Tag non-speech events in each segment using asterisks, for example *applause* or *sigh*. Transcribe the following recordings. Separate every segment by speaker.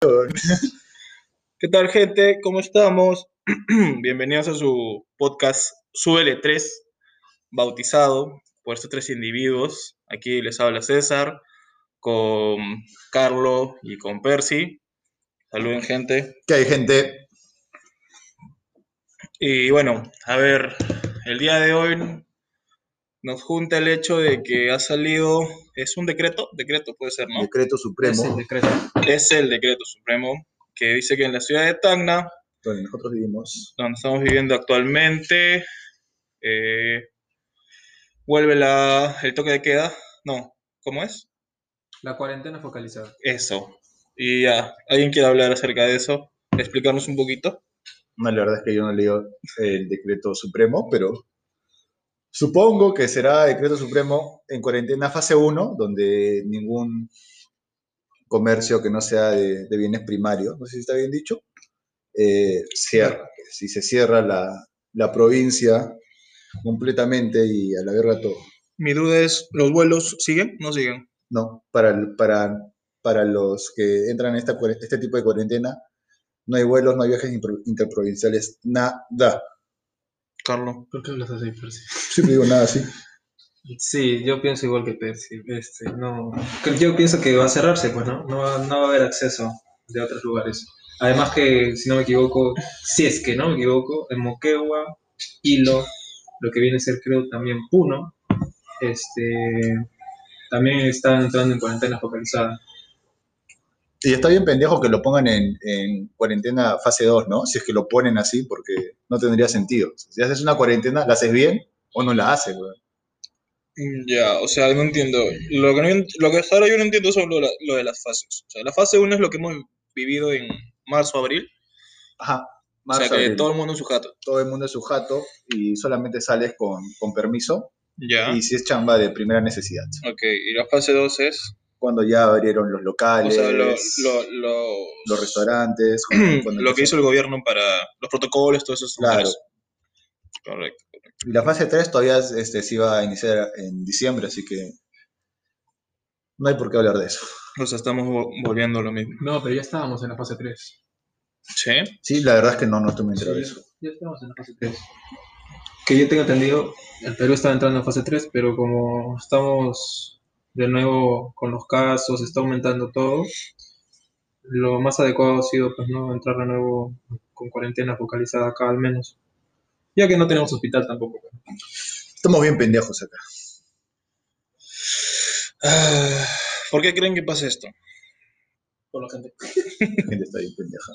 Speaker 1: Perdón. ¿Qué tal, gente? ¿Cómo estamos? *clears throat* Bienvenidos a su podcast Súbele 3, bautizado por estos tres individuos. Aquí les habla César, con Carlo y con Percy. Saluden, gente.
Speaker 2: ¿Qué hay, gente?
Speaker 1: Y bueno, a ver, el día de hoy nos junta el hecho de que ha salido, es un decreto, decreto puede ser, ¿no?
Speaker 2: Decreto
Speaker 3: Es el
Speaker 2: supremo
Speaker 3: decreto.
Speaker 1: Es el decreto supremo que dice que en la ciudad de Tacna,
Speaker 2: donde nosotros vivimos.
Speaker 1: donde estamos viviendo actualmente, eh, vuelve la, el toque de queda, no, ¿cómo es?
Speaker 3: La cuarentena focalizada.
Speaker 1: Eso. Y ya, ¿alguien quiere hablar acerca de eso? Explicarnos un poquito.
Speaker 2: No, la verdad es que yo no leo el decreto supremo, pero supongo que será decreto supremo en cuarentena fase 1, donde ningún comercio que no sea de, de bienes primarios, no sé si está bien dicho, eh, cierra. Si se cierra la, la provincia completamente y a la guerra todo.
Speaker 1: Mi duda es, ¿los vuelos siguen? No siguen.
Speaker 2: No, para, el- para, para los que entran en esta, cuaren- este tipo de cuarentena, no hay vuelos, no hay viajes impro- interprovinciales, nada.
Speaker 1: Carlos.
Speaker 3: ¿Por qué hablas así, Percy?
Speaker 2: Siempre digo nada así.
Speaker 3: Sí, yo pienso igual que Percy. Este, no, que yo pienso que va a cerrarse, pues, ¿no? No va, no va a haber acceso de otros lugares. Además que, si no me equivoco, si es que no me equivoco, en Moquegua, Hilo, lo que viene a ser creo también Puno, este, también están entrando en cuarentena focalizada.
Speaker 2: Y está bien pendejo que lo pongan en, en cuarentena fase 2, ¿no? Si es que lo ponen así, porque no tendría sentido. Si haces una cuarentena, ¿la haces bien o no la haces, weón?
Speaker 1: Ya, o sea, no entiendo. Lo que, no ent- lo que hasta ahora yo no entiendo es lo, la- lo de las fases. O sea, la fase 1 es lo que hemos vivido en marzo, abril.
Speaker 2: Ajá.
Speaker 1: o sea,
Speaker 2: Marzo,
Speaker 1: que todo
Speaker 2: abril, todo...
Speaker 1: el mundo en su jato.
Speaker 2: el mundo es su jato y solamente sales con, con permiso
Speaker 1: Ya.
Speaker 2: y si es chamba de primera necesidad.
Speaker 1: Ok, y la fase 2 es.
Speaker 2: Cuando ya abrieron los
Speaker 1: O
Speaker 2: locales,
Speaker 1: sea, lo, lo, lo- *clears throat*
Speaker 2: los restaurantes, cuando- cuando
Speaker 1: Mm, lo que hizo el gobierno para los protocolos, todo eso.
Speaker 2: Claro.
Speaker 1: Correcto.
Speaker 2: Y la fase 3 todavía este, se iba a iniciar en diciembre, así que no hay por qué hablar de eso.
Speaker 1: O sea, estamos vo- volviendo a lo mismo.
Speaker 3: No, pero ya estábamos en la fase 3.
Speaker 1: ¿Sí?
Speaker 2: Sí, la verdad es que no, no estoy muy enterado de eso.
Speaker 3: Ya estamos en la fase 3. Que yo tenga entendido, el Perú está entrando en fase 3, pero como estamos de nuevo con los casos, está aumentando todo, lo más adecuado ha sido pues no entrar de nuevo con cuarentena focalizada acá al menos. Ya que no tenemos hospital tampoco.
Speaker 2: Estamos bien pendejos acá.
Speaker 1: Ah, ¿Por qué creen que pasa esto?
Speaker 3: Por la gente.
Speaker 2: La gente está bien pendeja.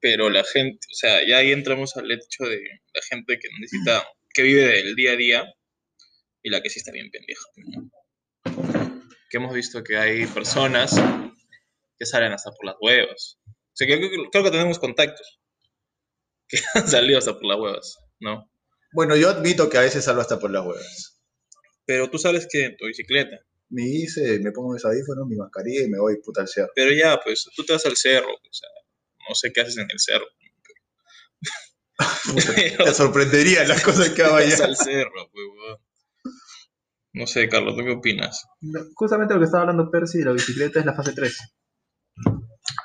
Speaker 1: pero la gente, o sea, ya ahí entramos al hecho de la gente que necesita, que vive del día a día y la que sí está bien pendeja. ¿no? Que hemos visto que hay personas que salen hasta por las huevas. O sea, que creo, creo que tenemos contactos *laughs* que han salido hasta por las huevas, ¿no?
Speaker 2: Bueno, yo admito que a veces salgo hasta por las huevas.
Speaker 1: Pero tú sabes que en tu bicicleta,
Speaker 2: Me hice, me pongo mis audífonos, mi mascarilla y me voy puta al cerro.
Speaker 1: pero ya, pues tú te vas al cerro, o sea, no sé qué haces en el cerro. *laughs* Pero-
Speaker 2: Te sorprendería las cosas que hago allá.
Speaker 1: Vas al cerro, pues, weón. No sé, Carlos, ¿tú qué opinas?
Speaker 3: Justamente lo que estaba hablando Percy de la bicicleta es la fase 3.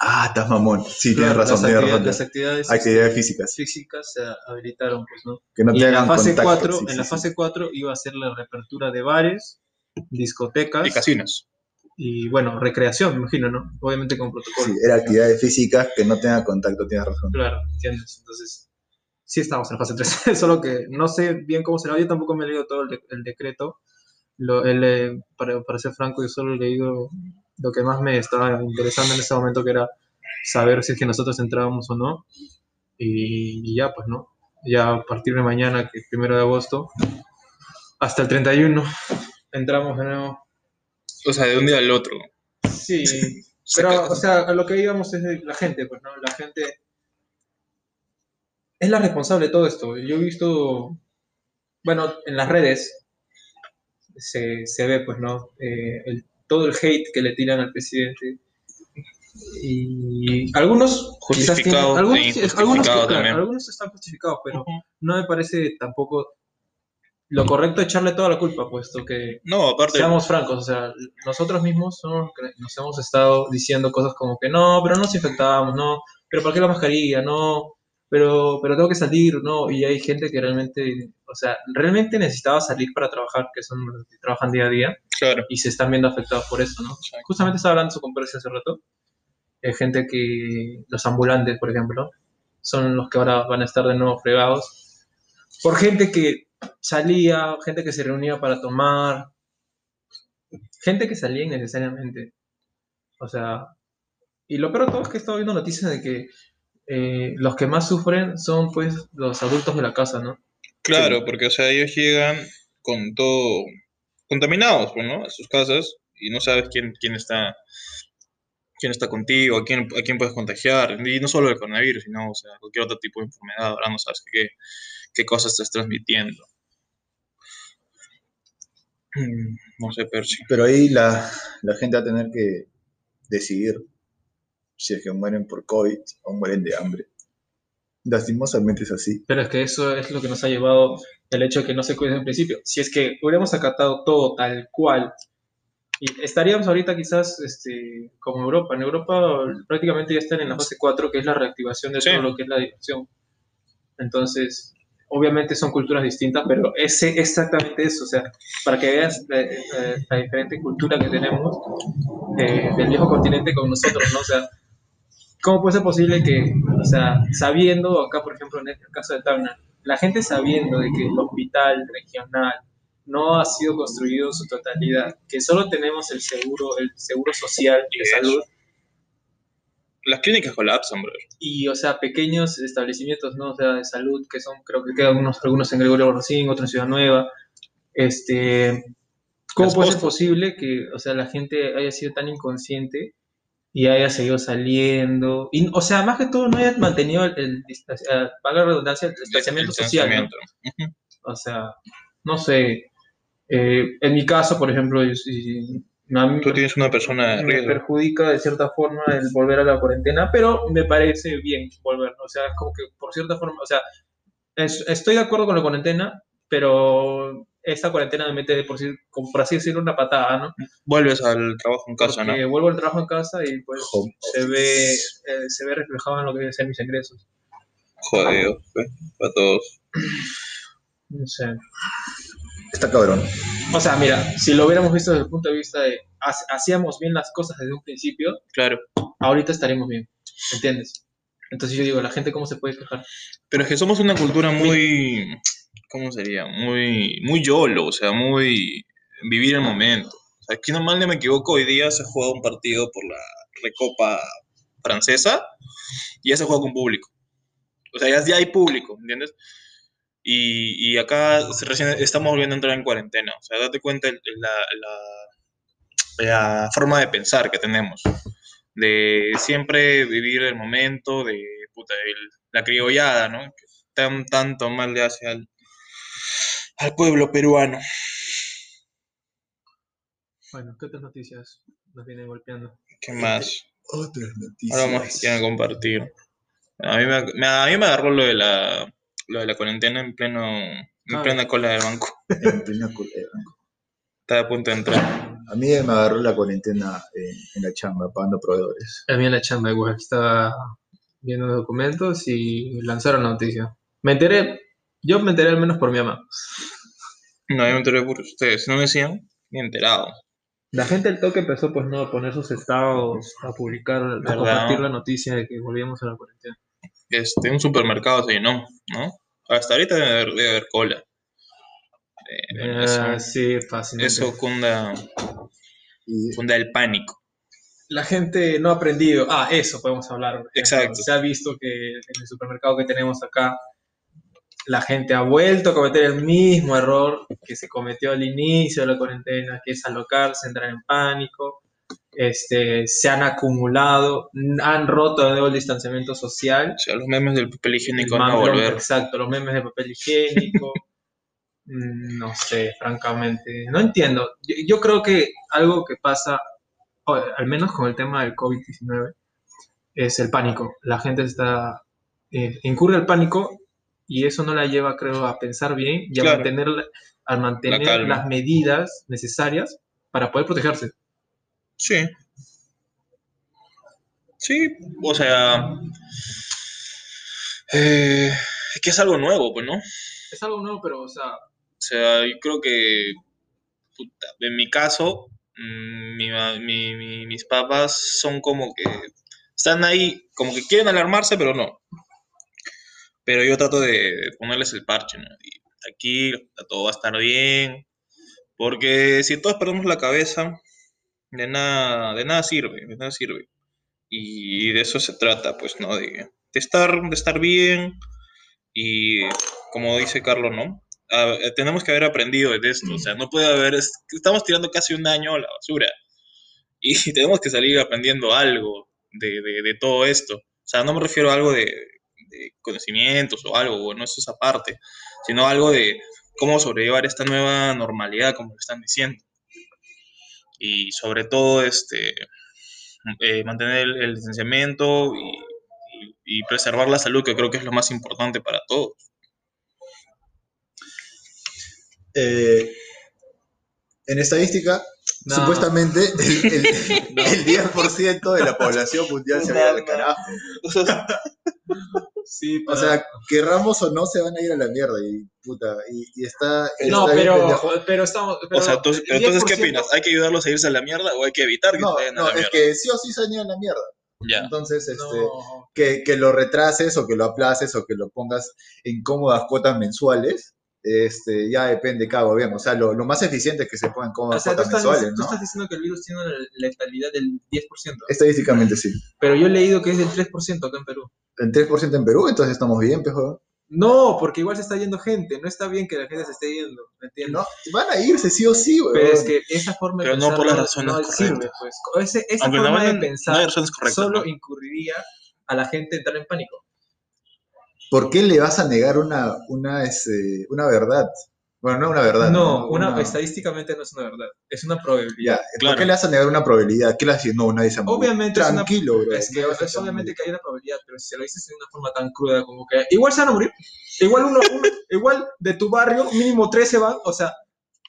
Speaker 2: Ah, estás mamón. Sí, tienes razón,
Speaker 3: las,
Speaker 2: tienes
Speaker 3: actividades-
Speaker 2: razón.
Speaker 3: las actividades
Speaker 2: Actividades físicas.
Speaker 3: físicas se habilitaron, pues, ¿no?
Speaker 2: Que no
Speaker 3: Y en la
Speaker 2: tengan
Speaker 3: fase
Speaker 2: contacto.
Speaker 3: 4,
Speaker 2: sí,
Speaker 3: en
Speaker 2: sí,
Speaker 3: la
Speaker 2: sí.
Speaker 3: fase 4 iba a ser la reapertura de bares, discotecas
Speaker 1: Y
Speaker 3: y,
Speaker 1: casinos.
Speaker 3: bueno, recreación, me imagino, ¿no? Obviamente con protocolo.
Speaker 2: Sí, era actividades físicas que no tengan contacto, tienes razón.
Speaker 3: Claro, entiendes. Entonces, sí estamos en la fase 3, *laughs* solo que no sé bien cómo será. Yo tampoco me he leído todo el, de- el decreto. Lo- el, eh, para, para ser franco, yo solo he leído lo que más me estaba interesando en ese momento, que era saber si es que nosotros entrábamos o no. Y, y ya, pues, ¿no? Ya a partir de mañana, que es primero de agosto, hasta el 31, entramos de nuevo.
Speaker 1: O sea, de un día al otro.
Speaker 3: Sí,
Speaker 1: Se
Speaker 3: pero,
Speaker 1: ca-
Speaker 3: o sea, a lo que íbamos es de la gente, pues, ¿no? La gente es la responsable de todo esto. Yo he visto, bueno, en las redes se, se ve, pues, ¿no? Eh, el- todo el hate que le tiran al presidente. Y algunos quizás tienen-
Speaker 1: Justificado e
Speaker 3: algunos, algunos-
Speaker 1: injustificado
Speaker 3: claro,
Speaker 1: también.
Speaker 3: algunos están justificados, pero no me parece tampoco lo correcto es echarle toda la culpa, puesto que
Speaker 1: No, aparte,
Speaker 3: Seamos francos, o sea, nosotros mismos somos los que nos hemos estado diciendo cosas como que no, pero no nos infectábamos, no, pero ¿para qué la mascarilla? No, pero, pero tengo que salir, no, y hay gente que realmente, o sea, realmente necesitaba salir para trabajar, que son los que trabajan día a día
Speaker 1: claro.
Speaker 3: y se están viendo afectados por eso, ¿no?
Speaker 1: Exacto.
Speaker 3: Justamente estaba hablando de su conferencia hace rato, hay gente que, los ambulantes, por ejemplo, son los que ahora van a estar de nuevo fregados, por gente que salía, gente que se reunía para tomar, gente que salía innecesariamente. O sea, y lo peor de todo es que he estado viendo noticias de que eh, los que más sufren son pues los adultos de la casa, ¿no?
Speaker 1: Claro, porque, o sea, ellos llegan con todo contaminados, pues, ¿no? A sus casas y no sabes quién, quién está, quién está contigo, a quién, a quién puedes contagiar. Y no solo el coronavirus, sino, o sea, cualquier otro tipo de enfermedad. Ahora no sabes qué, qué cosa estás transmitiendo. Mm, No sé, Percy.
Speaker 2: Pero ahí la, la gente va a tener que decidir si es que mueren por COVID o mueren de hambre. Lastimosamente es así.
Speaker 3: Pero es que eso es lo que nos ha llevado el hecho de que no se cuide desde un principio. Si es que hubiéramos acatado todo tal cual, y estaríamos ahorita quizás este, como Europa. En Europa prácticamente ya están en la fase 4, que es la reactivación de
Speaker 1: Sí.
Speaker 3: todo lo que es la diversión. Entonces, obviamente son culturas distintas, pero es exactamente eso. O sea, para que veas la, la- la diferente cultura que tenemos eh, del viejo continente con nosotros, ¿no? O sea, ¿cómo puede ser posible que, o sea, sabiendo, acá por ejemplo en el caso de Tacna, la gente sabiendo de que el hospital regional no ha sido construido en su totalidad, que solo tenemos el seguro, el seguro social
Speaker 1: Y
Speaker 3: de
Speaker 1: eso.
Speaker 3: salud
Speaker 1: Las clínicas colapsan, bro.
Speaker 3: y, o sea, pequeños establecimientos, ¿no? O sea, de salud, que son, creo que quedan unos, algunos en Gregorio Borracín, otros en Ciudad Nueva. Este, ¿Cómo
Speaker 1: Las
Speaker 3: puede ser
Speaker 1: costas.
Speaker 3: posible que, o sea, la gente haya sido tan inconsciente y haya seguido saliendo? Y, o sea, más que todo, no haya mantenido el, el distan- eh, valga la redundancia, el distanciamiento social, ¿no?
Speaker 1: Distanciamiento. Ujú.
Speaker 3: O sea, no sé. eh, en mi caso, por ejemplo, yo, sí- a mí-
Speaker 1: Tú tienes una persona de
Speaker 3: me
Speaker 1: riesgo.
Speaker 3: perjudica de cierta forma el volver a la cuarentena, pero me parece bien volver, ¿no? o sea, es como que por cierta forma, o sea, es- estoy de acuerdo con la cuarentena, pero esta cuarentena me mete, por, si- como por así decirlo, una patada, ¿no?
Speaker 1: Vuelves al trabajo en casa, ¿no?
Speaker 3: Porque vuelvo al trabajo en casa y pues
Speaker 2: Home
Speaker 3: se ve, eh, se ve reflejado en lo que deben ser mis ingresos.
Speaker 1: Jodido, pues, para todos.
Speaker 3: No sé.
Speaker 2: Está cabrón.
Speaker 3: O sea, mira, si lo hubiéramos visto desde el punto de vista de ha- hacíamos bien las cosas desde un principio,
Speaker 1: Claro.
Speaker 3: ahorita estaremos bien, ¿entiendes? Entonces yo digo, la gente cómo se puede quejar.
Speaker 1: Pero es que somos una cultura muy, ¿cómo sería? Muy, muy YOLO, o sea, muy vivir el momento. O sea, aquí normal no me equivoco, hoy día se juega un partido por la Recopa Francesa y ya se juega con público. O sea, ya, ya hay público, ¿entiendes? Y, y acá se- recién estamos volviendo a entrar en cuarentena. O sea, date cuenta el- el- la, la- la forma de pensar que tenemos. De siempre vivir el momento, de puta, el- la criollada, ¿no? Que tan, tanto mal le hace al, al pueblo peruano.
Speaker 3: Bueno, ¿qué otras noticias nos viene golpeando?
Speaker 1: ¿Qué más?
Speaker 2: Otras noticias.
Speaker 1: Ahora vamos a quisiera compartir. A mí me, me- a mí me agarró lo de la, lo de la cuarentena en pleno en
Speaker 3: Ah.
Speaker 1: plena cola del banco.
Speaker 2: En plena culera.
Speaker 1: Estaba a punto de entrar.
Speaker 2: A mí me agarró la cuarentena en, en la chamba, pagando proveedores.
Speaker 3: A mí en la chamba igual estaba viendo documentos y lanzaron la noticia. Me enteré, yo me enteré al menos por mi mamá.
Speaker 1: No, yo me enteré por ustedes. No me decían ni enterado.
Speaker 3: La gente del toque empezó pues no a poner sus estados, a publicar, a
Speaker 1: ¿Verdad?
Speaker 3: compartir la noticia de que volvíamos a la cuarentena.
Speaker 1: Este, un supermercado se llenó, ¿no? Hasta ahorita debe haber, debe haber cola. Eh, bueno,
Speaker 3: Ah,
Speaker 1: eso,
Speaker 3: sí, fascinante.
Speaker 1: eso cunda,
Speaker 2: Y
Speaker 1: cunda el pánico.
Speaker 3: La gente no ha aprendido. Ah, eso podemos hablar. por ejemplo.
Speaker 1: Exacto.
Speaker 3: Se ha visto que en el supermercado que tenemos acá, la gente ha vuelto a cometer el mismo error que se cometió al inicio de la cuarentena, que es alocarse, entrar en pánico. Este, se han acumulado, han roto de nuevo el distanciamiento social.
Speaker 1: O sea, los memes del papel
Speaker 3: El
Speaker 1: higiénico van a
Speaker 3: mandrón,
Speaker 1: volver.
Speaker 3: exacto, los memes de papel higiénico.
Speaker 1: *laughs*
Speaker 3: Mm, no sé, francamente, no entiendo. Yo, yo creo que algo que pasa, o al menos con el tema del COVID-19, es el pánico. La gente está, eh, incurre al pánico y eso no la lleva, creo, a pensar bien y a
Speaker 1: Claro.
Speaker 3: mantener, la- a mantener
Speaker 1: La calma.
Speaker 3: las medidas necesarias para poder protegerse.
Speaker 1: Sí. Sí, o sea. eh, es que es algo nuevo, pues, ¿no? O
Speaker 3: Es algo nuevo, pero, o sea,
Speaker 1: sea, yo creo que. puta, en mi caso, mm, mi ma- mi- mi- mis papás son como que. Están ahí, como que quieren alarmarse, pero no. Pero yo trato de ponerles el parche, ¿no? Y tranquilo, todo va a estar bien. Porque si todos perdemos la cabeza, de nada, de nada sirve, de nada sirve. Y de eso se trata, pues, ¿no? De, de estar, de estar bien. Y como dice Carlos, ¿no? Ah, eh, tenemos que haber aprendido de esto. O sea, no puede haber. es- estamos tirando casi un año a la basura. Y *laughs* tenemos que salir aprendiendo algo de, de- de todo esto. O sea, no me refiero a algo de, de conocimientos o algo, no eso es aparte, sino algo de cómo sobrellevar esta nueva normalidad, como lo están diciendo y sobre todo este eh, mantener el, el distanciamiento y, y- y preservar la salud que creo que es lo más importante para todos
Speaker 2: Eh, en estadística,
Speaker 3: No.
Speaker 2: supuestamente el, el- el 10% de la población mundial se va a ir al
Speaker 1: No, no.
Speaker 2: carajo.
Speaker 3: sí,
Speaker 2: O sea, querramos o no, se van a ir a la mierda. Y puta, y, y está. y
Speaker 3: no,
Speaker 2: está bien
Speaker 3: pero,
Speaker 2: pendejo.
Speaker 3: pero estamos...
Speaker 1: *laughs* o sea entonces,
Speaker 3: el
Speaker 1: entonces, qué
Speaker 3: 10%,
Speaker 1: opinas hay que ayudarlos a irse a la mierda o hay que evitar que
Speaker 2: No,
Speaker 1: se vayan a
Speaker 2: no,
Speaker 1: la
Speaker 2: es
Speaker 1: mierda
Speaker 2: que sí o sí se van a ir a la mierda.
Speaker 1: ya
Speaker 2: Entonces, este.
Speaker 3: No,
Speaker 2: que, que lo retrases o que lo aplaces o que lo pongas en cómodas cuotas mensuales, este, ya depende de cada gobierno. O sea, lo, lo más eficiente es que se pongan
Speaker 3: o
Speaker 2: cómodas
Speaker 3: sea, tú
Speaker 2: cuotas
Speaker 3: estás,
Speaker 2: mensuales,
Speaker 3: tú
Speaker 2: ¿no?
Speaker 3: estás diciendo que el virus tiene una letalidad del 10%,
Speaker 2: Estadísticamente sí.
Speaker 3: pero yo he leído que es del 3% acá en Perú.
Speaker 2: El 3% en Perú, entonces estamos bien, pejo.
Speaker 3: No, porque igual se está yendo gente, no está bien que la gente se esté yendo, ¿me entiendes?
Speaker 2: No, van a irse sí o sí, güey.
Speaker 3: Pero es que esa forma de
Speaker 1: Pero no
Speaker 3: pensar
Speaker 1: por las razones
Speaker 3: no
Speaker 1: correctas.
Speaker 3: sirve, pues. Ese- esa
Speaker 1: aunque no,
Speaker 3: forma de
Speaker 1: vayan- no hay
Speaker 3: pensar
Speaker 1: razones correctas
Speaker 3: solo
Speaker 1: ¿no?
Speaker 3: incurriría a la gente a entrar en pánico.
Speaker 2: ¿Por qué le vas a negar una, una, este, una verdad? Bueno, no una verdad.
Speaker 3: No, una,
Speaker 2: estadística.
Speaker 3: estadísticamente no es una verdad, es una probabilidad.
Speaker 2: Ya,
Speaker 1: Claro.
Speaker 2: ¿Por qué le vas a negar una probabilidad? ¿Qué le vas a decir? No, nadie se ha muerto.
Speaker 3: Obviamente es una-
Speaker 2: Tranquilo, bro.
Speaker 3: Es que
Speaker 2: nadie se
Speaker 3: es
Speaker 2: ha
Speaker 3: obviamente que hay una probabilidad, pero si se lo dices de una forma tan cruda como que igual se van a morir, igual uno, uno- igual de tu barrio mínimo tres se van, o sea,
Speaker 2: muerto.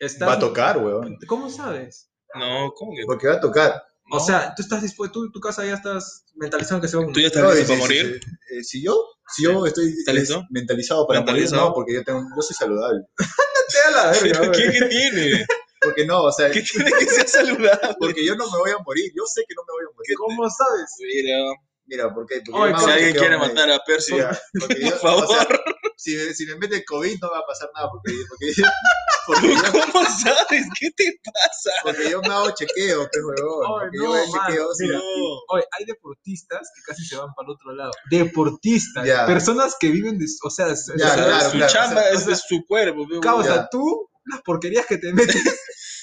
Speaker 3: estás...
Speaker 2: Va a tocar, weón.
Speaker 3: ¿Cómo sabes?
Speaker 1: no cómo que
Speaker 2: Porque va a tocar.
Speaker 1: no?
Speaker 3: O sea, tú estás dispuesto, tú en tu casa ya estás mentalizando que se van a
Speaker 1: tú ya
Speaker 3: morir.
Speaker 1: estás
Speaker 2: No,
Speaker 1: listo
Speaker 2: sí,
Speaker 1: para
Speaker 2: sí,
Speaker 1: morir *laughs*
Speaker 2: sí. Eh, si yo, si yo estoy
Speaker 1: ¿Estás listo?
Speaker 2: es- mentalizado para
Speaker 1: ¿Mentalizado?
Speaker 2: morir, no, porque yo, tengo, yo soy saludable.
Speaker 3: Te da
Speaker 2: *laughs*
Speaker 3: la verga,
Speaker 1: Pero,
Speaker 3: güey.
Speaker 1: ¿qué, qué tiene
Speaker 2: Porque no, o sea,
Speaker 1: qué tiene que
Speaker 2: *laughs*
Speaker 1: ser saludable
Speaker 2: porque yo no me voy a morir, yo sé que no me voy a morir.
Speaker 3: ¿Cómo sabes?
Speaker 1: Mira,
Speaker 2: Mira, ¿por qué? Porque
Speaker 3: Oye,
Speaker 2: yo me
Speaker 1: si
Speaker 2: hago
Speaker 1: alguien
Speaker 2: chequeo
Speaker 1: quiere
Speaker 2: médico.
Speaker 1: matar a Percy
Speaker 2: Sí, ya, porque yo-
Speaker 1: por
Speaker 2: o sea,
Speaker 1: favor
Speaker 2: si, me- si me mete COVID no va a pasar nada, porque, porque,
Speaker 1: ¿tú
Speaker 2: porque, yo,
Speaker 1: *laughs* cómo sabes qué te pasa
Speaker 2: porque yo me hago chequeo, qué huevón.
Speaker 3: Oye,
Speaker 2: porque
Speaker 3: no,
Speaker 2: yo me hago
Speaker 3: man,
Speaker 2: chequeos.
Speaker 3: mira,
Speaker 1: No.
Speaker 3: Oye, hay deportistas que casi se van para el otro lado. Deportistas,
Speaker 2: Ya.
Speaker 3: personas que viven de, o sea, s-
Speaker 2: Ya,
Speaker 3: o sea,
Speaker 1: Claro,
Speaker 2: claro,
Speaker 1: su
Speaker 2: claro,
Speaker 1: chamba
Speaker 2: o sea,
Speaker 1: es
Speaker 3: o
Speaker 1: de
Speaker 3: sea,
Speaker 1: su cuerpo. pues, pe,
Speaker 3: causa
Speaker 2: ya.
Speaker 3: tú las porquerías que te metes.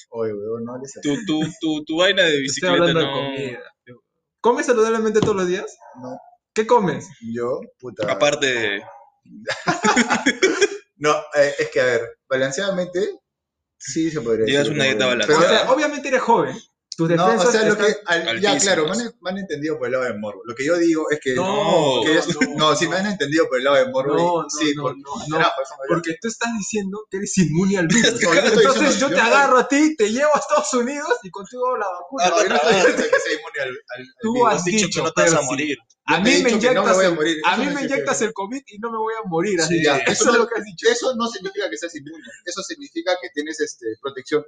Speaker 2: Oye, huevón, no hables así.
Speaker 1: Tu, tu, tu, tu vaina de
Speaker 3: Estoy
Speaker 1: bicicleta
Speaker 3: hablando de
Speaker 1: no.
Speaker 3: comida. ¿Comes saludablemente todos los días?
Speaker 2: No,
Speaker 3: ¿Qué comes?
Speaker 2: yo, puta.
Speaker 1: Aparte de.
Speaker 2: No, eh, es que a ver, balanceadamente, sí se podría
Speaker 1: Llevas
Speaker 2: decir
Speaker 1: una
Speaker 2: que
Speaker 1: dieta
Speaker 2: bueno.
Speaker 3: O
Speaker 1: balanceada.
Speaker 2: Pero-
Speaker 3: sea, obviamente eres joven. Tus
Speaker 2: No,
Speaker 3: defensas
Speaker 2: o sea, lo que.
Speaker 3: están-
Speaker 2: al- ya,
Speaker 1: altísimas.
Speaker 2: claro, me han, me han entendido por el lado de morbo. Lo que yo digo es que.
Speaker 3: No,
Speaker 2: que-
Speaker 3: no,
Speaker 2: no, sí, me han entendido por el lado de morbo.
Speaker 3: No,
Speaker 2: y-
Speaker 3: no,
Speaker 2: sí,
Speaker 3: no,
Speaker 2: por-
Speaker 3: no,
Speaker 2: por
Speaker 3: no.
Speaker 2: carajo, eso me-
Speaker 3: Porque tú estás diciendo que eres inmune al virus.
Speaker 2: No, yo no estoy
Speaker 3: Entonces
Speaker 2: diciendo-
Speaker 3: yo te
Speaker 2: yo no-
Speaker 3: agarro a ti, te llevo a Estados Unidos y contigo hago la vacuna.
Speaker 2: No, yo no estoy diciendo que soy inmune al, al- al
Speaker 3: Tú
Speaker 2: virus.
Speaker 3: has dicho que no
Speaker 1: te vas a
Speaker 3: Percy.
Speaker 1: morir.
Speaker 3: A
Speaker 2: Yo
Speaker 3: mí
Speaker 2: te he
Speaker 3: me
Speaker 2: dicho que no me
Speaker 3: inyectas,
Speaker 2: voy a
Speaker 3: el-
Speaker 2: morir.
Speaker 3: a
Speaker 2: Eso
Speaker 3: mí
Speaker 2: no
Speaker 3: me
Speaker 2: significa
Speaker 3: inyectas
Speaker 2: que-
Speaker 3: el COVID y no me voy a morir.
Speaker 2: Sí,
Speaker 3: así.
Speaker 2: ya, eso
Speaker 3: eso, es
Speaker 2: no-
Speaker 3: lo que has dicho.
Speaker 2: Eso no significa que seas inmune. Eso significa que tienes este, protección.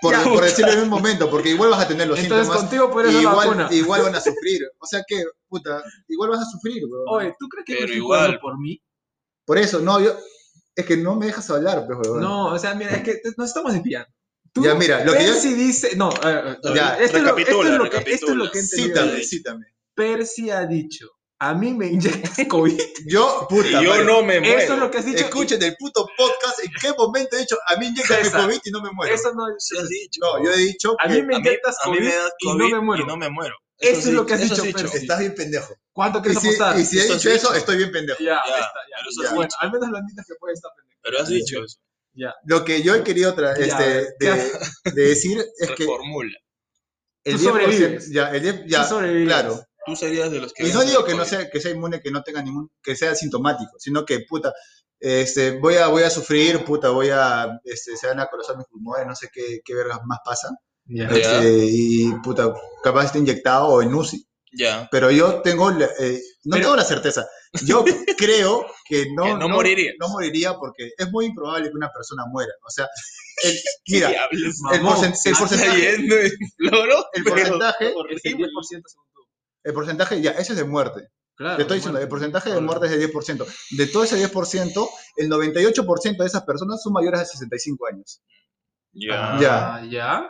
Speaker 2: Por,
Speaker 3: Ya.
Speaker 2: por decirlo en un momento, porque igual vas a tener los
Speaker 3: Entonces
Speaker 2: síntomas.
Speaker 3: contigo por
Speaker 2: y
Speaker 3: eso la vacuna.
Speaker 2: igual, igual van a sufrir. O sea que, puta, igual vas a sufrir, weón.
Speaker 3: Oye, ¿tú crees que me
Speaker 1: Pero
Speaker 3: estoy
Speaker 1: igual.
Speaker 3: jugando por mí?
Speaker 2: Por eso, no, yo. Es que no me dejas hablar, pues, weón.
Speaker 3: No, o sea, mira, es que te- nos estamos desviando. Tú,
Speaker 2: Ya, mira, lo que yo-
Speaker 3: Percy dice... No, eh, eh,
Speaker 2: Ya,
Speaker 3: esto, es lo, esto, es
Speaker 1: recapitula,
Speaker 3: lo que, esto es lo que he entendido.
Speaker 1: recapitula.
Speaker 2: Cítame, cítame.
Speaker 3: Percy ha dicho, a mí me
Speaker 2: *laughs*
Speaker 3: inyectas COVID.
Speaker 2: Yo, puta,
Speaker 1: Y yo
Speaker 2: madre.
Speaker 1: no me muero.
Speaker 3: Eso es lo que has dicho.
Speaker 2: Escuchen el puto podcast. ¿En qué momento he dicho a mí llega el
Speaker 3: César,
Speaker 2: COVID y no me muero?
Speaker 3: Eso no es...
Speaker 1: has dicho.
Speaker 2: No, yo he dicho
Speaker 3: A
Speaker 2: que
Speaker 3: mí me inyectas COVID, y no me muero. Eso es lo que has dicho, Percy.
Speaker 2: estás bien pendejo.
Speaker 3: ¿Cuánto
Speaker 2: Y
Speaker 3: quieres
Speaker 2: si,
Speaker 3: apostar?
Speaker 2: y si he
Speaker 1: Eso
Speaker 2: dicho,
Speaker 1: has
Speaker 2: eso,
Speaker 1: dicho.
Speaker 2: estoy bien pendejo.
Speaker 3: Ya,
Speaker 1: Ya,
Speaker 3: está, ya,
Speaker 1: pero eso
Speaker 3: ya.
Speaker 1: has
Speaker 3: Bueno, al menos las lindas que puede estar pendejo.
Speaker 1: Pero has dicho eso.
Speaker 2: Lo que yo he querido tra-
Speaker 3: Ya,
Speaker 2: este, de, de decir es que
Speaker 1: Reformula.
Speaker 2: el
Speaker 3: Tú sobrevives.
Speaker 2: 10%, ya, el 10 ya,
Speaker 3: Tú sobrevives.
Speaker 2: claro,
Speaker 1: Tú serías de los que...
Speaker 2: Y no digo que no sea, que sea inmune, que no tenga ningún, que sea sintomático, sino que, puta, este, voy, a, voy a sufrir, puta, voy a, este, se van a colapsar mis pulmones, no sé qué, qué vergas más pasa.
Speaker 3: Ya.
Speaker 1: Ya.
Speaker 2: Este, y, puta, capaz esté inyectado o en UCI.
Speaker 1: Ya.
Speaker 2: Pero yo tengo, la- eh, no
Speaker 1: Pero-
Speaker 2: tengo la certeza.
Speaker 1: *laughs*
Speaker 2: Yo creo que no,
Speaker 1: Que no moriría.
Speaker 2: No moriría porque es muy improbable que una persona muera. O sea,
Speaker 1: *laughs*
Speaker 2: el- mira,
Speaker 1: Diablos,
Speaker 2: el,
Speaker 3: Mamón,
Speaker 2: porcen- el
Speaker 1: está
Speaker 2: porcentaje,
Speaker 1: yendo en floro,
Speaker 2: el
Speaker 1: pero-
Speaker 2: porcentaje,
Speaker 3: Por el 10% según tú.
Speaker 2: el porcentaje, ya, ese es de muerte.
Speaker 3: Claro.
Speaker 2: Te estoy diciendo, el porcentaje de muerte es de 10%. De todo ese 10%, el 98% de esas personas son mayores de 65 años.
Speaker 1: Ya.
Speaker 2: Ya.
Speaker 3: Ah, ya.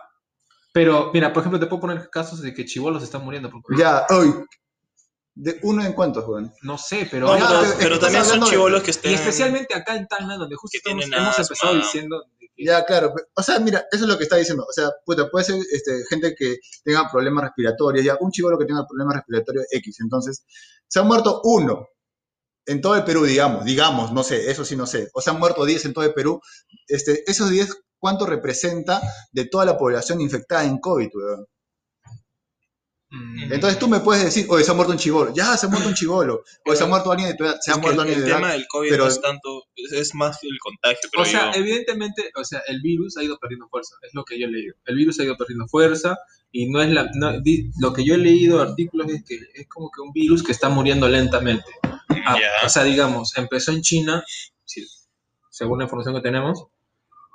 Speaker 3: Pero, mira, por ejemplo, te puedo poner casos de que chivolos están muriendo. Por... COVID.
Speaker 2: Ya, hoy. ¿De uno en cuántos, weón?
Speaker 3: No sé, pero.
Speaker 1: No,
Speaker 3: Ya,
Speaker 1: pero,
Speaker 2: es que
Speaker 1: pero
Speaker 2: estás
Speaker 1: también son
Speaker 2: hablando de-
Speaker 1: chivolos que estén...
Speaker 3: Y especialmente acá en Tacna, donde justo
Speaker 1: que
Speaker 3: estamos-
Speaker 1: tienen
Speaker 3: hemos
Speaker 1: asma.
Speaker 3: empezado diciendo de que-
Speaker 2: Ya, claro. pe- O sea, mira, eso es lo que está diciendo. O sea, puta, puede ser este, gente que tenga problemas respiratorios, ya, un chivolo que tenga problemas respiratorios X. Entonces, se han muerto uno en todo el Perú, digamos, digamos, no sé, eso sí no sé. O se han muerto 10 en todo el Perú. Este, esos 10, ¿cuánto representa de toda la población infectada en COVID, weón?
Speaker 3: Mm,
Speaker 2: Entonces tú me puedes decir, oye, se ha muerto un chivolo. Ya, se ha muerto un chivolo. Oye, se ha muerto alguien de tu edad. Se
Speaker 1: Es
Speaker 2: ha
Speaker 1: que
Speaker 2: muerto
Speaker 1: el,
Speaker 2: alguien
Speaker 1: el
Speaker 2: de tu edad.
Speaker 1: tema del COVID
Speaker 2: pero-
Speaker 1: no es tanto, es, es más el contagio, pero
Speaker 3: o sea,
Speaker 1: digo,
Speaker 3: evidentemente, o sea, el virus ha ido perdiendo fuerza, es lo que yo he leído. El virus ha ido perdiendo fuerza y no es la... no- di- lo que yo he leído de artículos es que es como que un virus que está muriendo lentamente. Ah,
Speaker 1: ya.
Speaker 3: O sea, digamos, empezó en China, sí, según la información que tenemos,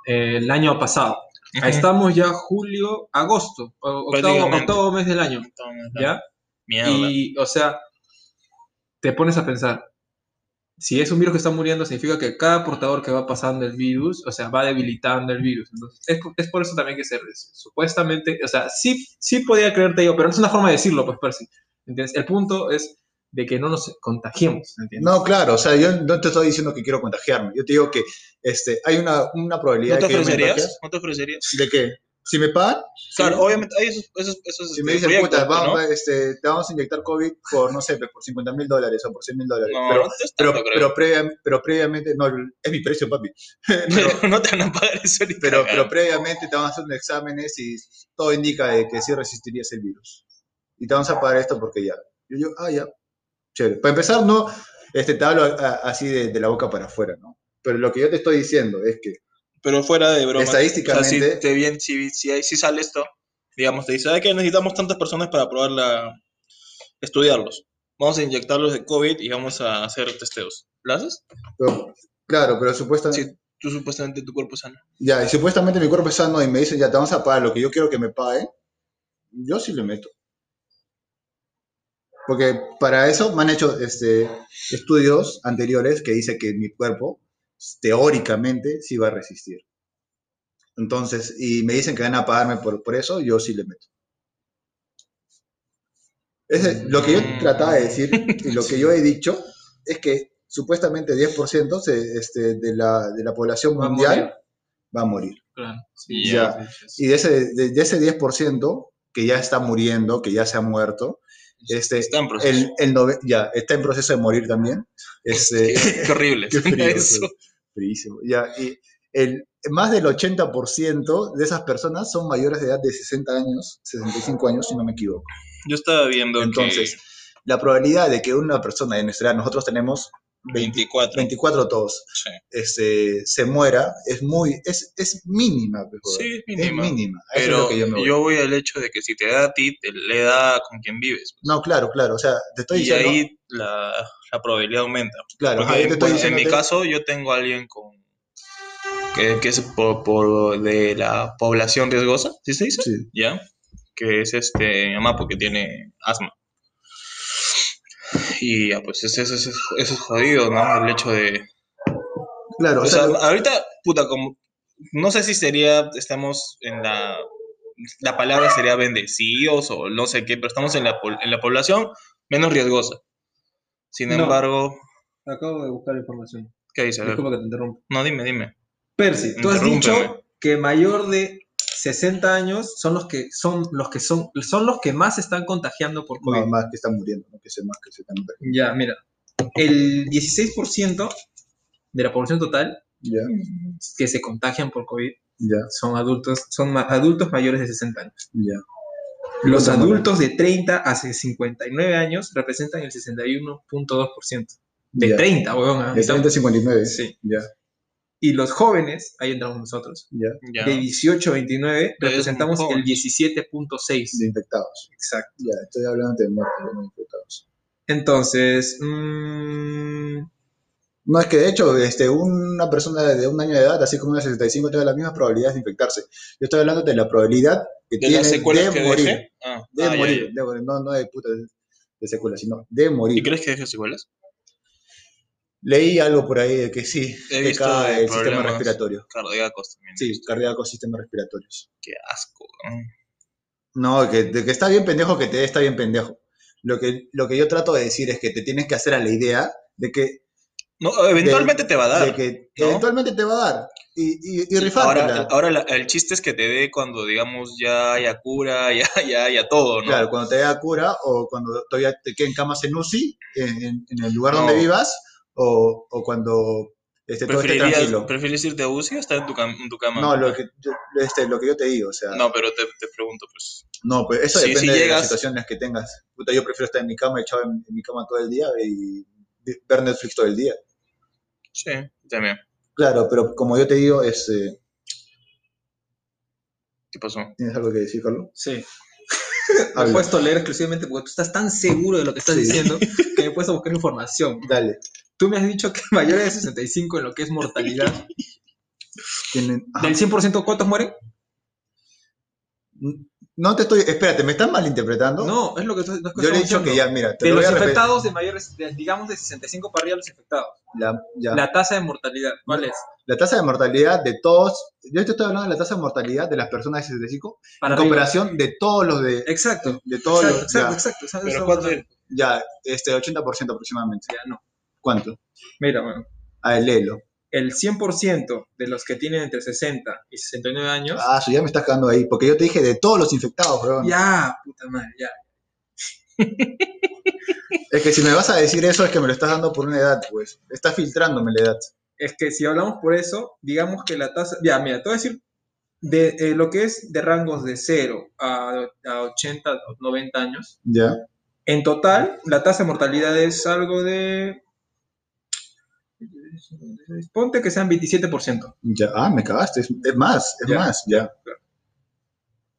Speaker 3: eh, el año pasado. Ahí Estamos ya julio, agosto, o- octavo,
Speaker 1: Prácticamente.
Speaker 3: octavo mes del año,
Speaker 1: Entonces,
Speaker 3: ¿ya?
Speaker 1: Mierda.
Speaker 3: Y, o sea, te pones a pensar, si es un virus que está muriendo, significa que cada portador que va pasando el virus, o sea, va debilitando el virus. Entonces, es, por- es por eso también que se supuestamente, o sea, sí, sí podía creerte yo, pero no es una forma de decirlo, pues, Percy. ¿Entiendes? El punto es de que no nos contagiemos, ¿entiendes?
Speaker 2: No, claro, o sea, yo no te estoy diciendo que quiero contagiarme. Yo te digo que este, hay una, una probabilidad
Speaker 1: ¿No te
Speaker 2: de que yo me contagie.
Speaker 1: ofrecerías? ¿No te ofrecerías?
Speaker 2: ¿De qué? Si me pagan,
Speaker 1: Claro, obviamente hay esos, esos, esos
Speaker 2: si
Speaker 1: este,
Speaker 2: me dicen,
Speaker 1: proyectos,
Speaker 2: puta, vamos,
Speaker 1: ¿no?
Speaker 2: este, te vamos a inyectar COVID por, no sé, pues, por 50 mil dólares o por 100 mil dólares.
Speaker 1: No,
Speaker 2: pero,
Speaker 1: no es
Speaker 2: pero,
Speaker 1: tanto, creo.
Speaker 2: pero, previa- pero previamente, no, es mi precio, papi.
Speaker 1: *laughs*
Speaker 2: pero,
Speaker 1: no te van a pagar eso ni
Speaker 2: pero,
Speaker 1: cagar.
Speaker 2: pero previamente te van a hacer unos exámenes y todo indica de que sí resistirías el virus. Y te vamos a pagar esto porque ya. Yo, yo, ah, ya. Chévere. Para empezar, no, este, te hablo a- a- así de, de la boca para afuera, ¿no? Pero lo que yo te estoy diciendo es que
Speaker 1: Pero fuera de broma.
Speaker 2: Estadísticamente-
Speaker 1: O sea, si, te bien, si, si, hay- si sale esto, digamos, te dice, ¿sabes qué? Necesitamos tantas personas para probar la... estudiarlos. Vamos a inyectarlos de COVID y vamos a hacer testeos. ¿Lo haces?
Speaker 2: Pero, claro, pero supuestamente,
Speaker 1: Sí. Tú supuestamente tu cuerpo es sano.
Speaker 2: ya, y supuestamente mi cuerpo es sano y me dicen, ya te vamos a pagar lo que yo quiero que me pague, yo sí le meto. Porque para eso me han hecho este, estudios anteriores que dice que mi cuerpo teóricamente sí va a resistir. Entonces, y me dicen que van a pagarme por, por eso, yo sí le meto. Ese- lo que yo trataba de decir y lo que yo he dicho es que supuestamente 10% se- este, de, la, de la población
Speaker 3: Va a
Speaker 2: mundial
Speaker 3: morir.
Speaker 2: va a morir.
Speaker 3: Claro, sí,
Speaker 2: Ya.
Speaker 3: sí, sí, sí.
Speaker 2: Y de ese, de, de ese 10% que ya está muriendo, que ya se ha muerto, este,
Speaker 1: Está en proceso.
Speaker 2: el, el nove- ya está en proceso de morir también.
Speaker 1: *laughs*
Speaker 2: Este,
Speaker 1: Qué, qué horrible.
Speaker 2: *laughs* Qué frío,
Speaker 1: *laughs* Eso.
Speaker 2: sí. Fríísimo. Ya, y el, más del 80% de esas personas son mayores de edad de 60 años, 65 años, si no me equivoco.
Speaker 1: Yo estaba viendo
Speaker 2: Entonces,
Speaker 1: que
Speaker 2: la probabilidad de que una persona de nuestra edad, nosotros tenemos 20
Speaker 1: 24.
Speaker 2: 24 todos,
Speaker 1: Sí.
Speaker 2: este, se muera, es muy, es, es mínima, pe, joder.
Speaker 1: Sí, es
Speaker 2: es
Speaker 1: mínima.
Speaker 2: mínima. A eso es lo
Speaker 1: Pero
Speaker 2: que yo me voy.
Speaker 1: yo voy al hecho de que si te da a ti, te le da con quien vives.
Speaker 2: No, claro, claro, o sea, te estoy
Speaker 1: y
Speaker 2: diciendo,
Speaker 1: ahí la, la probabilidad aumenta.
Speaker 2: claro,
Speaker 1: Porque pues,
Speaker 2: ahí te
Speaker 1: en-
Speaker 2: estoy
Speaker 1: bueno, en
Speaker 2: diciendo
Speaker 1: mi
Speaker 2: que-
Speaker 1: caso, yo tengo a alguien con que, que es por, por- de la población riesgosa, ¿sí se dice?
Speaker 2: sí.
Speaker 1: Ya, que es este mi mamá porque tiene asma. Y ya, pues eso, eso, eso es- eso es jodido, ¿no? El hecho de...
Speaker 2: Claro, o
Speaker 1: O
Speaker 2: sea,
Speaker 1: sea,
Speaker 2: lo-
Speaker 1: ahorita, puta, como... No sé si sería, estamos en la... La palabra sería bendecidos o no sé qué, pero estamos en la, pol- en la población menos riesgosa. Sin
Speaker 3: No.
Speaker 1: embargo,
Speaker 3: Acabo de buscar información.
Speaker 1: ¿qué dice? A ver.
Speaker 3: Disculpa que te interrumpa.
Speaker 1: No, dime, dime.
Speaker 3: Percy, tú has
Speaker 1: Interrúmpeme.
Speaker 3: dicho que mayor de 60 años son los que son los que son son los que más se están contagiando por COVID.
Speaker 2: no, más que están muriendo, no que sé más que se están muriendo.
Speaker 3: Ya, mira, el 16% de la población total
Speaker 2: Ya,
Speaker 3: que se contagian por COVID
Speaker 2: ya,
Speaker 3: son adultos, son ma- adultos mayores de 60 años.
Speaker 2: ya.
Speaker 3: Los
Speaker 2: ¿Cuánto
Speaker 3: adultos de 30 a 59 años representan el 61.2%. De
Speaker 2: Ya.
Speaker 3: 30, weón. ah,
Speaker 2: De 30 a 59.
Speaker 3: Sí.
Speaker 2: Ya,
Speaker 3: Y los jóvenes, ahí entramos nosotros,
Speaker 2: ya.
Speaker 1: Ya.
Speaker 3: de 18 a 29,
Speaker 1: Pero es
Speaker 3: representamos
Speaker 1: muy joven.
Speaker 3: el 17.6%.
Speaker 2: De infectados.
Speaker 3: Exacto.
Speaker 2: Ya, estoy hablando de muertos, no de infectados.
Speaker 3: Entonces, mm,
Speaker 2: No, es que de hecho, este, una persona de un año de edad, así como una de 65, tiene las mismas probabilidades de infectarse. Yo estoy hablando de la probabilidad que
Speaker 1: ¿De
Speaker 2: tiene
Speaker 1: las secuelas
Speaker 2: de
Speaker 1: que
Speaker 2: morir.
Speaker 1: deje? Ah,
Speaker 2: De
Speaker 1: ah, ya,
Speaker 2: morir,
Speaker 1: ya.
Speaker 2: de morir. No, no de puta de, de secuelas, sino de morir.
Speaker 1: ¿Y crees que deje secuelas?
Speaker 2: Leí algo por ahí de que sí,
Speaker 1: He
Speaker 2: que
Speaker 1: visto
Speaker 2: cae
Speaker 1: de
Speaker 2: el sistema
Speaker 1: problemas.
Speaker 2: respiratorio.
Speaker 1: Cardíacos también.
Speaker 2: Sí, cardíacos, sistemas respiratorios.
Speaker 1: Qué asco. weón.
Speaker 2: No, que, de que está bien pendejo, que te dé está bien pendejo. Lo que, lo que yo trato de decir es que te tienes que hacer a la idea de que,
Speaker 1: No, eventualmente te va a
Speaker 2: de
Speaker 1: dar.
Speaker 2: que
Speaker 1: ¿no?
Speaker 2: eventualmente te va a dar. Y, y, y rifártela.
Speaker 1: Ahora, ahora la- el chiste es que te dé cuando, digamos, ya haya cura, ya, ya, ya todo, ¿no?
Speaker 2: Claro, cuando te da cura o cuando todavía te queden camas en UCI, en, en- en el lugar
Speaker 1: No.
Speaker 2: donde vivas, o, o cuando este, todo esté
Speaker 1: ¿Preferirías,
Speaker 2: tranquilo.
Speaker 1: ¿Prefieres irte a UCI o estar en tu, cam- en tu cama?
Speaker 2: No, lo que, yo, este, lo que yo te digo, o sea, no,
Speaker 1: No, pero te, te pregunto, pues.
Speaker 2: pues eso
Speaker 1: Sí,
Speaker 2: depende
Speaker 1: si
Speaker 2: de las
Speaker 1: llegas-
Speaker 2: situaciones que tengas. Puta, yo prefiero estar en mi cama, echado en, en mi cama todo el día y vi- ver Netflix todo el día.
Speaker 1: Sí, también.
Speaker 2: Claro, pero como yo te digo, es, eh,
Speaker 1: ¿Qué pasó?
Speaker 2: ¿tienes algo que decir, Carlos?
Speaker 3: sí. Me he
Speaker 2: Habla.
Speaker 1: pues.
Speaker 3: puesto a leer exclusivamente porque tú estás tan seguro de lo que estás
Speaker 2: Sí. *laughs*
Speaker 3: diciendo que me he puesto a buscar información.
Speaker 2: Dale.
Speaker 3: Tú me has dicho que *laughs* mayores de 65 en lo que es mortalidad.
Speaker 2: Tienen- Ah, ajá.
Speaker 3: ¿Del 100% cuántos mueren?
Speaker 2: No te estoy, espérate, ¿me estás malinterpretando?
Speaker 3: No, es lo que tú no es
Speaker 2: Yo le he dicho
Speaker 3: estamos
Speaker 2: que
Speaker 3: diciendo.
Speaker 2: ya, mira, te
Speaker 3: De
Speaker 2: lo voy
Speaker 3: los
Speaker 2: a repetir.
Speaker 3: infectados de mayores, de- digamos de 65 para arriba los infectados.
Speaker 2: La- ya.
Speaker 3: La tasa de mortalidad, ¿cuál es?
Speaker 2: la tasa de mortalidad de todos, yo te estoy hablando de la tasa de mortalidad de las personas de 65
Speaker 3: Para
Speaker 2: en
Speaker 3: arriba.
Speaker 2: comparación de todos los de,
Speaker 3: Exacto.
Speaker 2: de todos
Speaker 3: exacto,
Speaker 2: los,
Speaker 3: exacto,
Speaker 2: ya,
Speaker 3: exacto, exacto,
Speaker 1: Pero
Speaker 3: eso-
Speaker 1: ¿cuánto
Speaker 3: ya,
Speaker 1: es?
Speaker 2: ya, este 80% aproximadamente.
Speaker 3: no.
Speaker 2: ¿Cuánto?
Speaker 3: Mira, bueno,
Speaker 2: A ver, léelo.
Speaker 3: el 100% de los que tienen entre 60 y 69 años.
Speaker 2: Ah, eso ya me estás cagando ahí, porque yo te dije de todos los infectados, weón.
Speaker 3: Ya, puta madre, ya.
Speaker 2: Es que si me vas a decir eso es que me lo estás dando por una edad, pues. Estás filtrándome la edad.
Speaker 3: Es que si hablamos por eso, digamos que la tasa. Ya, mira, te voy a decir. De eh, lo que es de rangos de 0 a, a 80, o 90 años,
Speaker 2: Ya.
Speaker 3: en total la tasa de mortalidad es algo de. Ponte que sean 27%.
Speaker 2: Ya. Ah, me cagaste. Es, es más, es
Speaker 3: Ya.
Speaker 2: más, ya.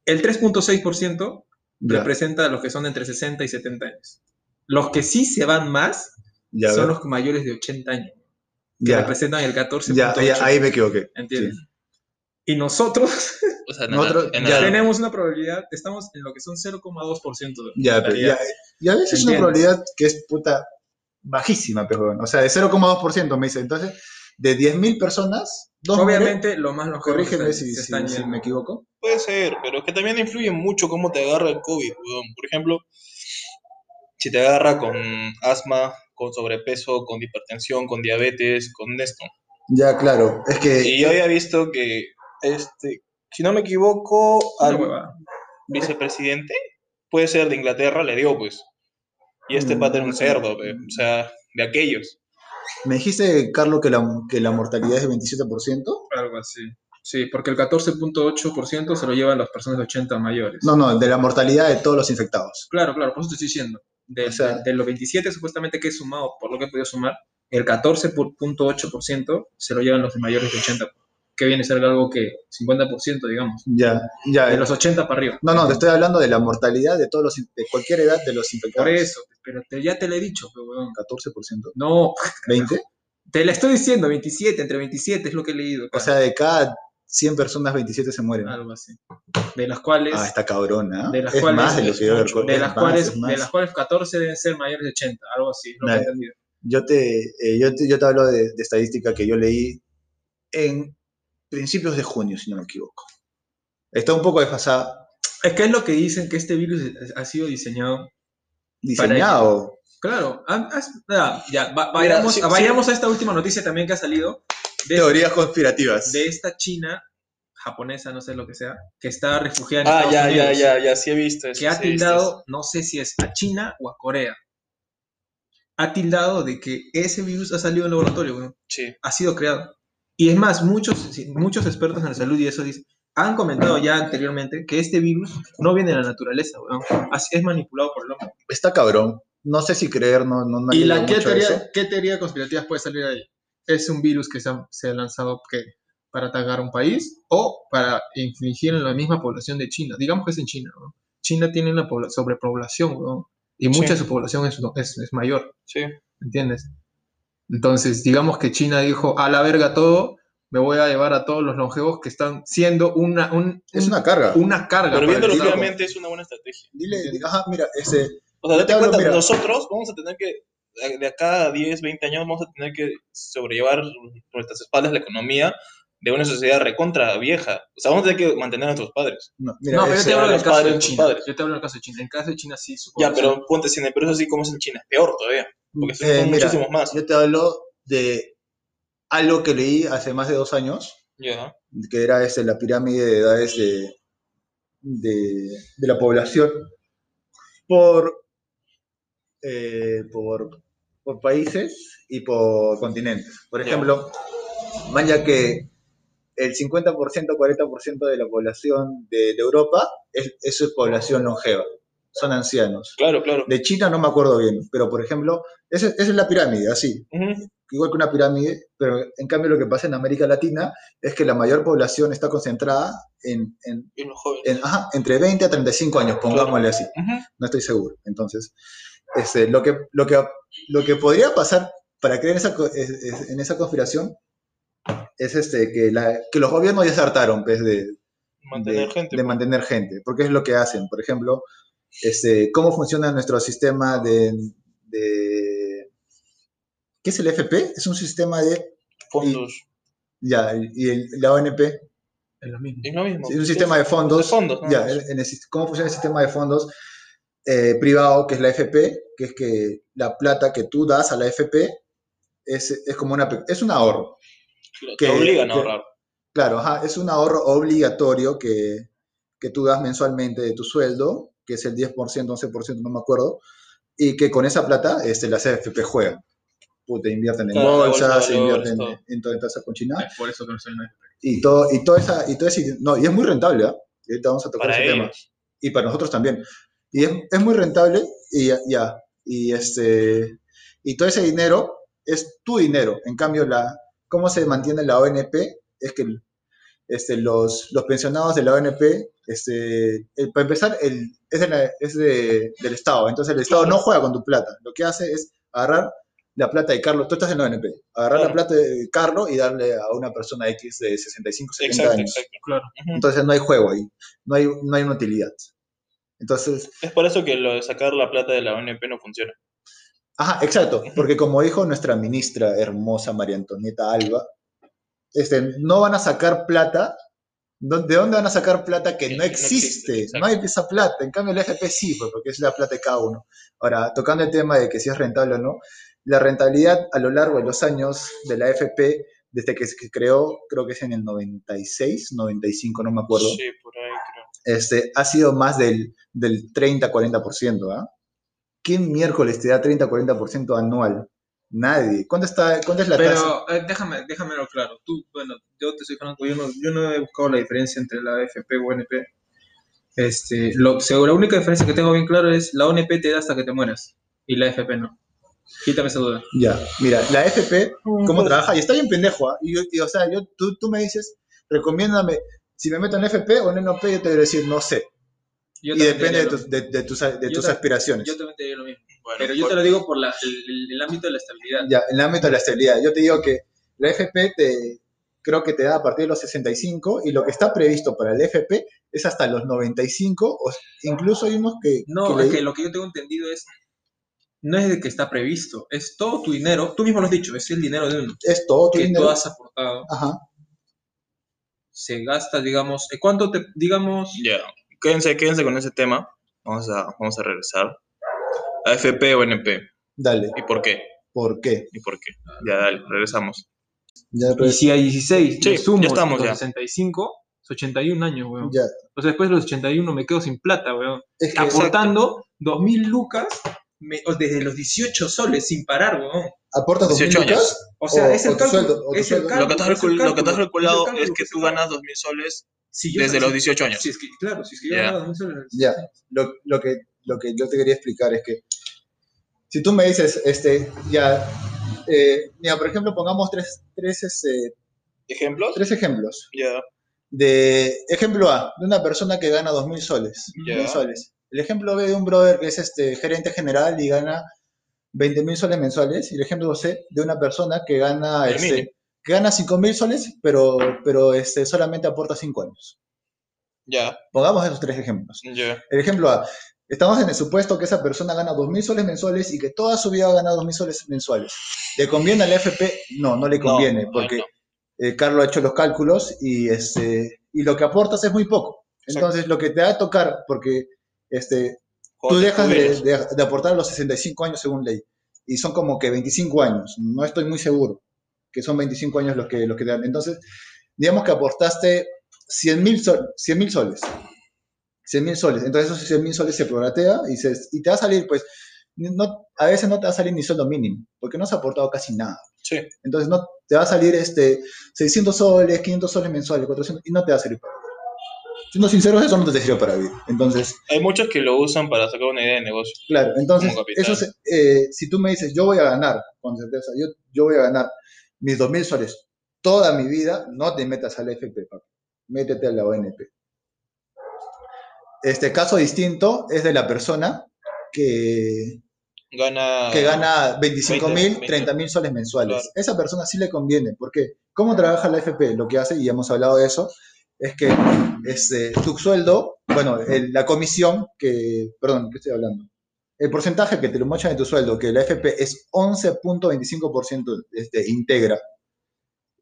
Speaker 3: El 3.6%
Speaker 2: Ya,
Speaker 3: representa a los que son entre 60 y 70 años. Los que sí se van más
Speaker 2: ya,
Speaker 3: son
Speaker 2: ve.
Speaker 3: los mayores de 80 años, que
Speaker 2: ya,
Speaker 3: representan el
Speaker 2: ya,
Speaker 3: 14.8%.
Speaker 2: ya, ahí me equivoqué.
Speaker 3: ¿Entiendes? Y nosotros
Speaker 1: O sea, en
Speaker 2: Nosotros-
Speaker 1: en
Speaker 2: ya.
Speaker 3: tenemos una probabilidad, estamos en lo que son 0,2%. de
Speaker 2: Ya, pero
Speaker 3: mortalidad.
Speaker 2: ya, ya ves, es una
Speaker 3: ¿Entiendes?
Speaker 2: probabilidad que es puta bajísima, pues, weón. O sea, de 0,2% me dice. Entonces, de 10.000 personas, dos mueren.
Speaker 3: Obviamente, lo más los
Speaker 2: Corrígeme si, si- si
Speaker 3: yendo.
Speaker 2: me equivoco.
Speaker 1: Puede ser, pero es que también influye mucho cómo te agarra el COVID, weón. Por ejemplo, si te agarra con asma, con sobrepeso, con hipertensión, con diabetes, con esto.
Speaker 2: Ya, claro. Es que
Speaker 1: Y yo había visto que, este, si no me equivoco,
Speaker 3: Una
Speaker 1: al
Speaker 3: huevada.
Speaker 1: vicepresidente, puede ser de Inglaterra, le dio, pues. Y este
Speaker 2: Mm.
Speaker 1: va a tener un cerdo, pe, o sea, de aquellos.
Speaker 2: me dijiste, Carlos, que la, que la mortalidad es de 27%.
Speaker 3: Algo así. Sí, porque el 14.8% se lo llevan las personas de 80 mayores.
Speaker 2: No, no, de la mortalidad de todos los infectados.
Speaker 3: Claro, claro, por eso te estoy diciendo. De,
Speaker 2: O sea-
Speaker 3: de- de los 27 supuestamente que he sumado, por lo que he podido sumar, el 14.8% se lo llevan los de mayores de 80, que viene a ser algo que 50%, digamos,
Speaker 2: Ya, ya.
Speaker 3: de los 80 para arriba.
Speaker 2: No, no, te estoy hablando de la mortalidad de todos los in- de cualquier edad de los infectados.
Speaker 3: Por eso, pero te- ya te lo he dicho, pe, huevón.
Speaker 2: 14%,
Speaker 3: No,
Speaker 2: 20.
Speaker 3: te la estoy diciendo, 27, entre 27 es lo que he leído.
Speaker 2: O sea, de cada 100 personas, 27 se mueren.
Speaker 3: algo así. De las cuales,
Speaker 2: Ah, está cabrona.
Speaker 3: de las
Speaker 2: es
Speaker 3: cuales-
Speaker 2: más de lo que yo recuerdo.
Speaker 3: de las
Speaker 2: Es más,
Speaker 3: cuales,
Speaker 2: es más.
Speaker 3: de las cuales 14 deben ser mayores de 80, algo así, es lo que he
Speaker 2: Nah.
Speaker 3: entendido.
Speaker 2: Yo te, eh, yo te, yo te hablo de, de estadística que yo leí en principios de junio, si no me equivoco. Está un poco desfasada,
Speaker 3: Es que es lo que dicen que este virus ha sido diseñado
Speaker 2: diseñado.
Speaker 3: Claro, ah, ah, ah, ya, va- vayamos,
Speaker 1: sí,
Speaker 3: ah, vayamos a esta última noticia también que ha salido de,
Speaker 2: Teorías conspirativas.
Speaker 3: de esta china japonesa, no sé lo que sea, que está refugiada en
Speaker 1: Ah,
Speaker 3: Estados
Speaker 1: ya, ya,
Speaker 3: Unidos,
Speaker 1: ya, ya, sí he visto eso.
Speaker 3: que ha
Speaker 1: sí he visto eso.
Speaker 3: tildado, no sé si es a China o a Corea, ha tildado de que ese virus ha salido del laboratorio, weón,
Speaker 1: Sí.
Speaker 3: ha sido creado. Y es más, muchos, muchos expertos en la salud y eso dicen, han comentado ya anteriormente que este virus no viene de la naturaleza, weón. Así es manipulado por el hombre.
Speaker 2: Está cabrón. No sé si creer, no, no, no
Speaker 3: ¿Y
Speaker 2: leo
Speaker 3: la, qué,
Speaker 2: mucho eso.
Speaker 3: teoría, qué teoría conspirativa puede salir ahí? ¿Es un virus que se ha, se ha lanzado ¿qué? para atacar a un país o para infligir en la misma población de China? Digamos que es en China. ¿no? China tiene una pobla- sobrepoblación ¿no? y mucha
Speaker 1: Sí.
Speaker 3: de su población es, es- es mayor,
Speaker 1: Sí.
Speaker 3: ¿entiendes? Entonces, digamos que China dijo, a la verga todo, me voy a llevar a todos los longevos que están siendo una, un-
Speaker 2: Es una carga.
Speaker 3: una
Speaker 1: Pero
Speaker 3: carga. para el
Speaker 1: viéndolo
Speaker 3: Estado.
Speaker 1: fríamente es una buena estrategia.
Speaker 2: Dile, diga, ajá, mira, ese.
Speaker 1: O sea, date
Speaker 2: Claro,
Speaker 1: cuenta,
Speaker 2: mira.
Speaker 1: nosotros vamos a tener que, de acá a 10, 20 años, vamos a tener que sobrellevar nuestras espaldas la economía de una sociedad recontra vieja. O sea, vamos a tener que mantener a nuestros padres.
Speaker 2: No,
Speaker 3: No,
Speaker 2: mira,
Speaker 3: pero yo
Speaker 2: ese-
Speaker 3: te hablo
Speaker 1: los
Speaker 3: del caso
Speaker 1: eh, padres,
Speaker 3: de
Speaker 1: los
Speaker 3: China.
Speaker 1: padres.
Speaker 3: Yo te hablo del caso de China. En el caso de China sí. su
Speaker 1: Ya,
Speaker 3: población-
Speaker 1: pero ponte, si en el Perú es así como es en China, es peor todavía. Porque son
Speaker 2: Eh, mira,
Speaker 1: muchísimos más.
Speaker 2: yo te hablo de algo que leí hace más de dos años,
Speaker 1: Ya.
Speaker 2: que era ese, la pirámide de edades de, de- de la población por, eh, por, por países y por continentes. Por
Speaker 1: Ya.
Speaker 2: ejemplo, vaya que el 50%, 40% de la población de, de Europa es, es su población longeva, son ancianos.
Speaker 1: Claro, claro.
Speaker 2: De China no me acuerdo bien, pero por ejemplo, esa esa es la pirámide, así,
Speaker 1: Ujú.
Speaker 2: igual que una pirámide, pero en cambio lo que pasa en América Latina es que la mayor población está concentrada en, en-
Speaker 1: Y los jóvenes.
Speaker 2: en- ajá, entre 20 a 35 años, pongámosle así,
Speaker 1: Ujú.
Speaker 2: no estoy seguro. Entonces, este, lo, que, lo, que, lo que podría pasar para creer esa, co- es- es- en esa conspiración es este, que, la- que los gobiernos ya se hartaron pues, de,
Speaker 1: Mantener
Speaker 2: de,
Speaker 1: gente. pues.
Speaker 2: de mantener gente, porque es lo que hacen. Por ejemplo, este, cómo funciona nuestro sistema de, de- ¿Qué es el FP? Es un sistema de...
Speaker 1: fondos.
Speaker 2: Ya, y el- la ONP.
Speaker 3: Es lo mismo.
Speaker 1: Es lo mismo.
Speaker 2: Es un sistema de
Speaker 1: De
Speaker 2: fondos.
Speaker 1: fondos. nada
Speaker 2: Ya,
Speaker 1: más.
Speaker 2: en el sis- ¿Cómo funciona el sistema de fondos eh, privado, que es la FP? Que es que la plata que tú das a la FP es, es como una... pe- Es un ahorro.
Speaker 1: Te
Speaker 2: que-
Speaker 1: obligan a
Speaker 2: que-
Speaker 1: ahorrar.
Speaker 2: Claro, ajá, es un ahorro obligatorio que, que tú das mensualmente de tu sueldo, que es el 10%, 11%, no me acuerdo, y que con esa plata este, las AFP juegan. Puta, invierten en
Speaker 1: Claro, la bolsa de
Speaker 2: bolsas, se
Speaker 1: valores,
Speaker 2: invierten
Speaker 1: todo.
Speaker 2: en, en toda esa cochina,
Speaker 3: Es Ah, por eso que no soy nadie.
Speaker 2: y todo, y toda esa, y todo ese- no, y es muy rentable, ¿ah? Y Ahorita vamos a tocar
Speaker 1: Para
Speaker 2: ese tema.
Speaker 1: ellos.
Speaker 2: Y para nosotros también. Y es, es muy rentable, y ya, ya, y este, y todo ese dinero es tu dinero. En cambio, la, cómo se mantiene la ONP es que este, los, los pensionados de la ONP, este, el- para empezar, el, es, de la- es de- del Estado. Entonces el Estado no juega con tu plata. Lo que hace es agarrar la plata de Carlos. Tú estás en la ONP. Agarrar
Speaker 1: Claro.
Speaker 2: la plata de Carlos y darle a una persona X de 65, 70
Speaker 1: Exacto,
Speaker 2: años.
Speaker 1: exacto.
Speaker 3: Claro.
Speaker 1: Ujú.
Speaker 2: Entonces no hay juego ahí. No hay, no hay una utilidad. Entonces,
Speaker 1: Es por eso que lo de sacar la plata de la ONP no funciona.
Speaker 2: ajá, exacto. Porque como dijo nuestra ministra hermosa María Antonieta Alba, este, no van a sacar plata. ¿dó- ¿De dónde van a sacar plata que
Speaker 1: Que
Speaker 2: no
Speaker 1: no existe,
Speaker 2: existe?
Speaker 1: exacto.
Speaker 2: no hay esa plata. En cambio, el FP sí, pues, porque es la plata de cada uno. Ahora, tocando el tema de que si es rentable o no, la rentabilidad a lo largo de los años de la FP, desde que se creó, creo que es en el 96, 95, no me acuerdo.
Speaker 1: Sí, por ahí creo.
Speaker 2: este, ha sido más del, del 30-40%. ¿ah? ¿Quién miércoles te da 30-40% anual? Nadie. ¿Cuánto, está, ¿Cuánto es la tasa?
Speaker 3: Pero eh, déjame, déjamelo claro. Tú, bueno, yo te soy franco. Yo no, yo no he buscado la diferencia entre la AFP y ONP. Este, lo, seguro, la única diferencia que tengo bien claro es la ONP te da hasta que te mueras y la AFP no. Quítame esa duda.
Speaker 2: Ya, mira, la FP, ¿cómo trabaja? Y está bien pendejo. ¿ah? Y yo- y, o sea, yo, tú, tú me dices, recomiéndame, si me meto en FP o en NOP, yo te voy a decir, no sé.
Speaker 3: Yo
Speaker 2: y
Speaker 3: también
Speaker 2: depende de
Speaker 3: diría lo-
Speaker 2: tus, de, de tus, de
Speaker 3: Yo
Speaker 2: tus
Speaker 3: ta-
Speaker 2: aspiraciones.
Speaker 3: Yo también te diría lo mismo.
Speaker 1: Bueno,
Speaker 3: Pero yo
Speaker 1: por-
Speaker 3: te lo digo por la- el, el- el ámbito de la estabilidad.
Speaker 2: Ya, en el ámbito de la estabilidad, yo te digo que la FP te, creo que te da a partir de los 65 y lo que está previsto para el FP es hasta los 95, o s- incluso hay unos que...
Speaker 3: No,
Speaker 2: que
Speaker 3: es
Speaker 2: leí-
Speaker 3: que lo que yo tengo entendido es, no es de que está previsto, es todo tu dinero, tú mismo lo has dicho, es el dinero de uno,
Speaker 2: es todo tu
Speaker 3: que
Speaker 2: dinero.
Speaker 3: tú has aportado,
Speaker 2: Ajá.
Speaker 3: se gasta, digamos, eh, ¿cuánto te, digamos,
Speaker 1: Ya, quédense, quédense con ese tema. Vamos a, vamos a regresar. AFP o NP.
Speaker 2: Dale,
Speaker 1: ¿Y por qué?
Speaker 2: ¿por qué?
Speaker 1: ¿Y por qué? Ya, dale, regresamos.
Speaker 2: Ya,
Speaker 3: y
Speaker 2: pues,
Speaker 3: si hay 16,
Speaker 1: Sí,
Speaker 3: le sumo
Speaker 1: ya estamos,
Speaker 3: los
Speaker 1: ya.
Speaker 3: 65, es 81 años, weón.
Speaker 2: ya.
Speaker 3: Entonces después de los 81 me quedo sin plata, weón.
Speaker 2: Es que
Speaker 3: Aportando 2.000 lucas me- o desde los 18 soles sin parar, weón.
Speaker 2: aportas 2.000
Speaker 1: 18 años.
Speaker 2: lucas,
Speaker 3: O sea,
Speaker 2: O-
Speaker 3: es el
Speaker 2: o tu
Speaker 3: cálculo.
Speaker 2: sueldo, o tu
Speaker 3: es el
Speaker 2: sueldo.
Speaker 1: Lo que,
Speaker 3: cálculo,
Speaker 1: estás
Speaker 3: es el
Speaker 1: recul- lo que
Speaker 3: cálculo,
Speaker 1: estás
Speaker 3: es el
Speaker 1: calculado
Speaker 3: cálculo
Speaker 1: es que
Speaker 3: se
Speaker 1: tú
Speaker 3: saca.
Speaker 1: ganas 2.000 soles
Speaker 3: Si yo-
Speaker 1: Desde los
Speaker 3: si-
Speaker 1: 18 años.
Speaker 3: si es que- claro, si es que yo
Speaker 1: Ya.
Speaker 3: ganaba dos mil soles.
Speaker 2: Ya, lo, lo que, lo que yo te quería explicar es que si tú me dices, este, ya, eh, mira, por ejemplo, pongamos tres, tres, este,
Speaker 1: ¿Ejemplos?
Speaker 2: tres ejemplos.
Speaker 1: Ya.
Speaker 2: De ejemplo A, de una persona que gana 2.000 soles.
Speaker 1: Ya.
Speaker 2: 1.000 soles. El ejemplo B de un brother que es este, gerente general y gana 20.000 soles mensuales. Y el ejemplo C de una persona que gana,
Speaker 1: El
Speaker 2: este,
Speaker 1: mínimo.
Speaker 2: que gana 5.000 soles, pero, pero este, solamente aporta 5 años.
Speaker 1: Ya.
Speaker 2: Pongamos esos tres ejemplos.
Speaker 1: Ya.
Speaker 2: El ejemplo A. Estamos en el supuesto que esa persona gana 2.000 soles mensuales y que toda su vida ha ganado 2.000 soles mensuales. ¿Le conviene al FP? No, no le
Speaker 1: No,
Speaker 2: conviene,
Speaker 1: no,
Speaker 2: porque
Speaker 1: no.
Speaker 2: eh, Carlos ha hecho los cálculos y, este, y lo que aportas es muy poco.
Speaker 1: Exacto.
Speaker 2: Entonces, lo que te va a tocar, porque este, tú
Speaker 1: Cuando te
Speaker 2: dejas de,
Speaker 1: jubiles.
Speaker 2: de- de aportar a los 65 años según ley, y son como que 25 años, no estoy muy seguro que son 25 años los que, los que te dan. Entonces, digamos que aportaste 100 mil soles. 100 mil soles. Entonces esos 100 mil soles se prorratea y, se- y te va a salir, pues, no, a veces no te va a salir ni sueldo mínimo, porque no has aportado casi nada.
Speaker 1: Sí.
Speaker 2: Entonces no te va a salir este, 600 soles, 500 soles mensuales, 400, y no te va a servir para vivir. Siendo sinceros, eso no te sirve para vivir. Entonces,
Speaker 1: Hay muchos que lo usan para sacar una idea de negocio.
Speaker 2: Claro, entonces,
Speaker 1: Como capital.
Speaker 2: eso es, eh, si tú me dices, yo voy a ganar, con certeza, yo, yo voy a ganar mis 2.000 soles toda mi vida, no te metas al FP, papi. métete a la ONP. Este caso distinto es de la persona que,
Speaker 1: Gana.
Speaker 2: que gana 25.000,
Speaker 1: 20,
Speaker 2: 30.000 soles mensuales.
Speaker 1: Ah, Claro.
Speaker 2: Esa persona sí le conviene, porque ¿cómo trabaja la FP? Lo que hace, y ya hemos hablado de eso, es que este, tu sueldo, bueno, el- la comisión que, perdón, ¿qué estoy hablando? El porcentaje que te lo mochan de tu sueldo, que la FP es 11.25% este, integra,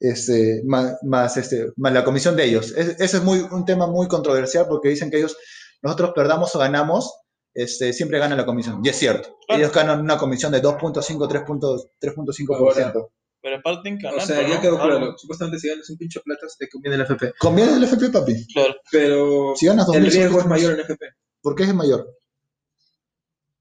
Speaker 2: este, más, más, este, más la comisión de ellos. Es- ese es muy, un tema muy controversial porque dicen que ellos, nosotros perdamos o ganamos, este, siempre ganan la comisión. Y es cierto,
Speaker 1: Claro.
Speaker 2: ellos ganan una comisión de 2.5, 3.5%.
Speaker 1: Pero aparte en canal.
Speaker 3: O sea, ya quedó claro. Supuestamente si ganas un pincho de plata, te conviene el FP.
Speaker 2: ¿Conviene el FP, papi?
Speaker 1: Claro.
Speaker 3: Pero
Speaker 2: Si ganas 2.000
Speaker 3: el riesgo
Speaker 2: soles,
Speaker 3: es mayor en FP.
Speaker 2: ¿Por qué es mayor?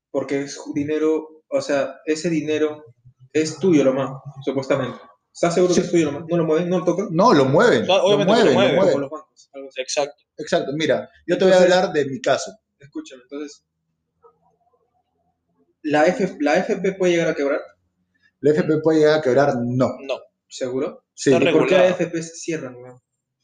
Speaker 3: Porque es dinero, o sea, ese dinero es tuyo, lo más, supuestamente. ¿Estás seguro
Speaker 2: Sí.
Speaker 3: que es tuyo, lo más? ¿No lo mueven? ¿No lo tocan?
Speaker 2: No, lo mueven.
Speaker 1: Claro,
Speaker 2: lo
Speaker 1: obviamente que lo
Speaker 2: mueven, lo
Speaker 1: mueven.
Speaker 2: mueven.
Speaker 3: Como los bancos, algo así.
Speaker 1: Exacto.
Speaker 2: Exacto, mira, yo te voy a
Speaker 3: Entonces-
Speaker 2: hablar de mi caso.
Speaker 3: Escúchame, entonces. ¿La, F, ¿La FP puede llegar a quebrar?
Speaker 2: ¿La FP puede llegar a quebrar? No.
Speaker 1: No.
Speaker 3: ¿Seguro?
Speaker 2: Sí.
Speaker 1: Está
Speaker 3: ¿Por qué
Speaker 1: regulado.
Speaker 3: las FPs se cierran, weón?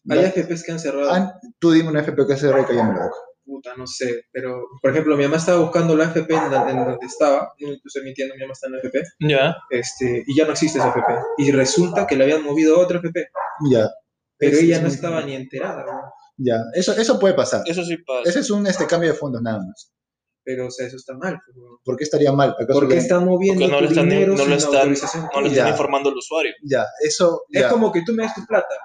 Speaker 3: Hay FPs que han cerrado.
Speaker 2: Ah, Tú dime una FP que se re cayó en la boca.
Speaker 3: puta, no sé, pero por ejemplo, mi mamá estaba buscando la FP en, la- en donde estaba, no estoy mintiendo, mi mamá está en la FP,
Speaker 1: Ya.
Speaker 3: este, y ya no existe esa FP. Y resulta que le habían movido a otra FP,
Speaker 2: Ya.
Speaker 3: pero
Speaker 2: Es-
Speaker 3: ella
Speaker 2: es
Speaker 3: no
Speaker 2: muy-
Speaker 3: estaba ni enterada, ¿no?
Speaker 2: Ya, eso, eso puede pasar.
Speaker 1: Eso sí pasa.
Speaker 2: Ese es un este, cambio de fondos nada más.
Speaker 3: pero o sea, eso está mal. ¿no?
Speaker 2: ¿Por qué estaría mal? ¿Acaso
Speaker 3: Porque
Speaker 2: le-
Speaker 3: están moviendo
Speaker 1: Porque no
Speaker 3: tu
Speaker 1: lo están-
Speaker 3: dinero
Speaker 1: no lo
Speaker 3: sin
Speaker 1: están-
Speaker 3: autorización
Speaker 1: No le
Speaker 3: tuya.
Speaker 1: están
Speaker 2: Ya.
Speaker 1: informando al usuario.
Speaker 2: Ya, eso.
Speaker 3: Es
Speaker 2: ya,
Speaker 3: como que tú me das tu plata,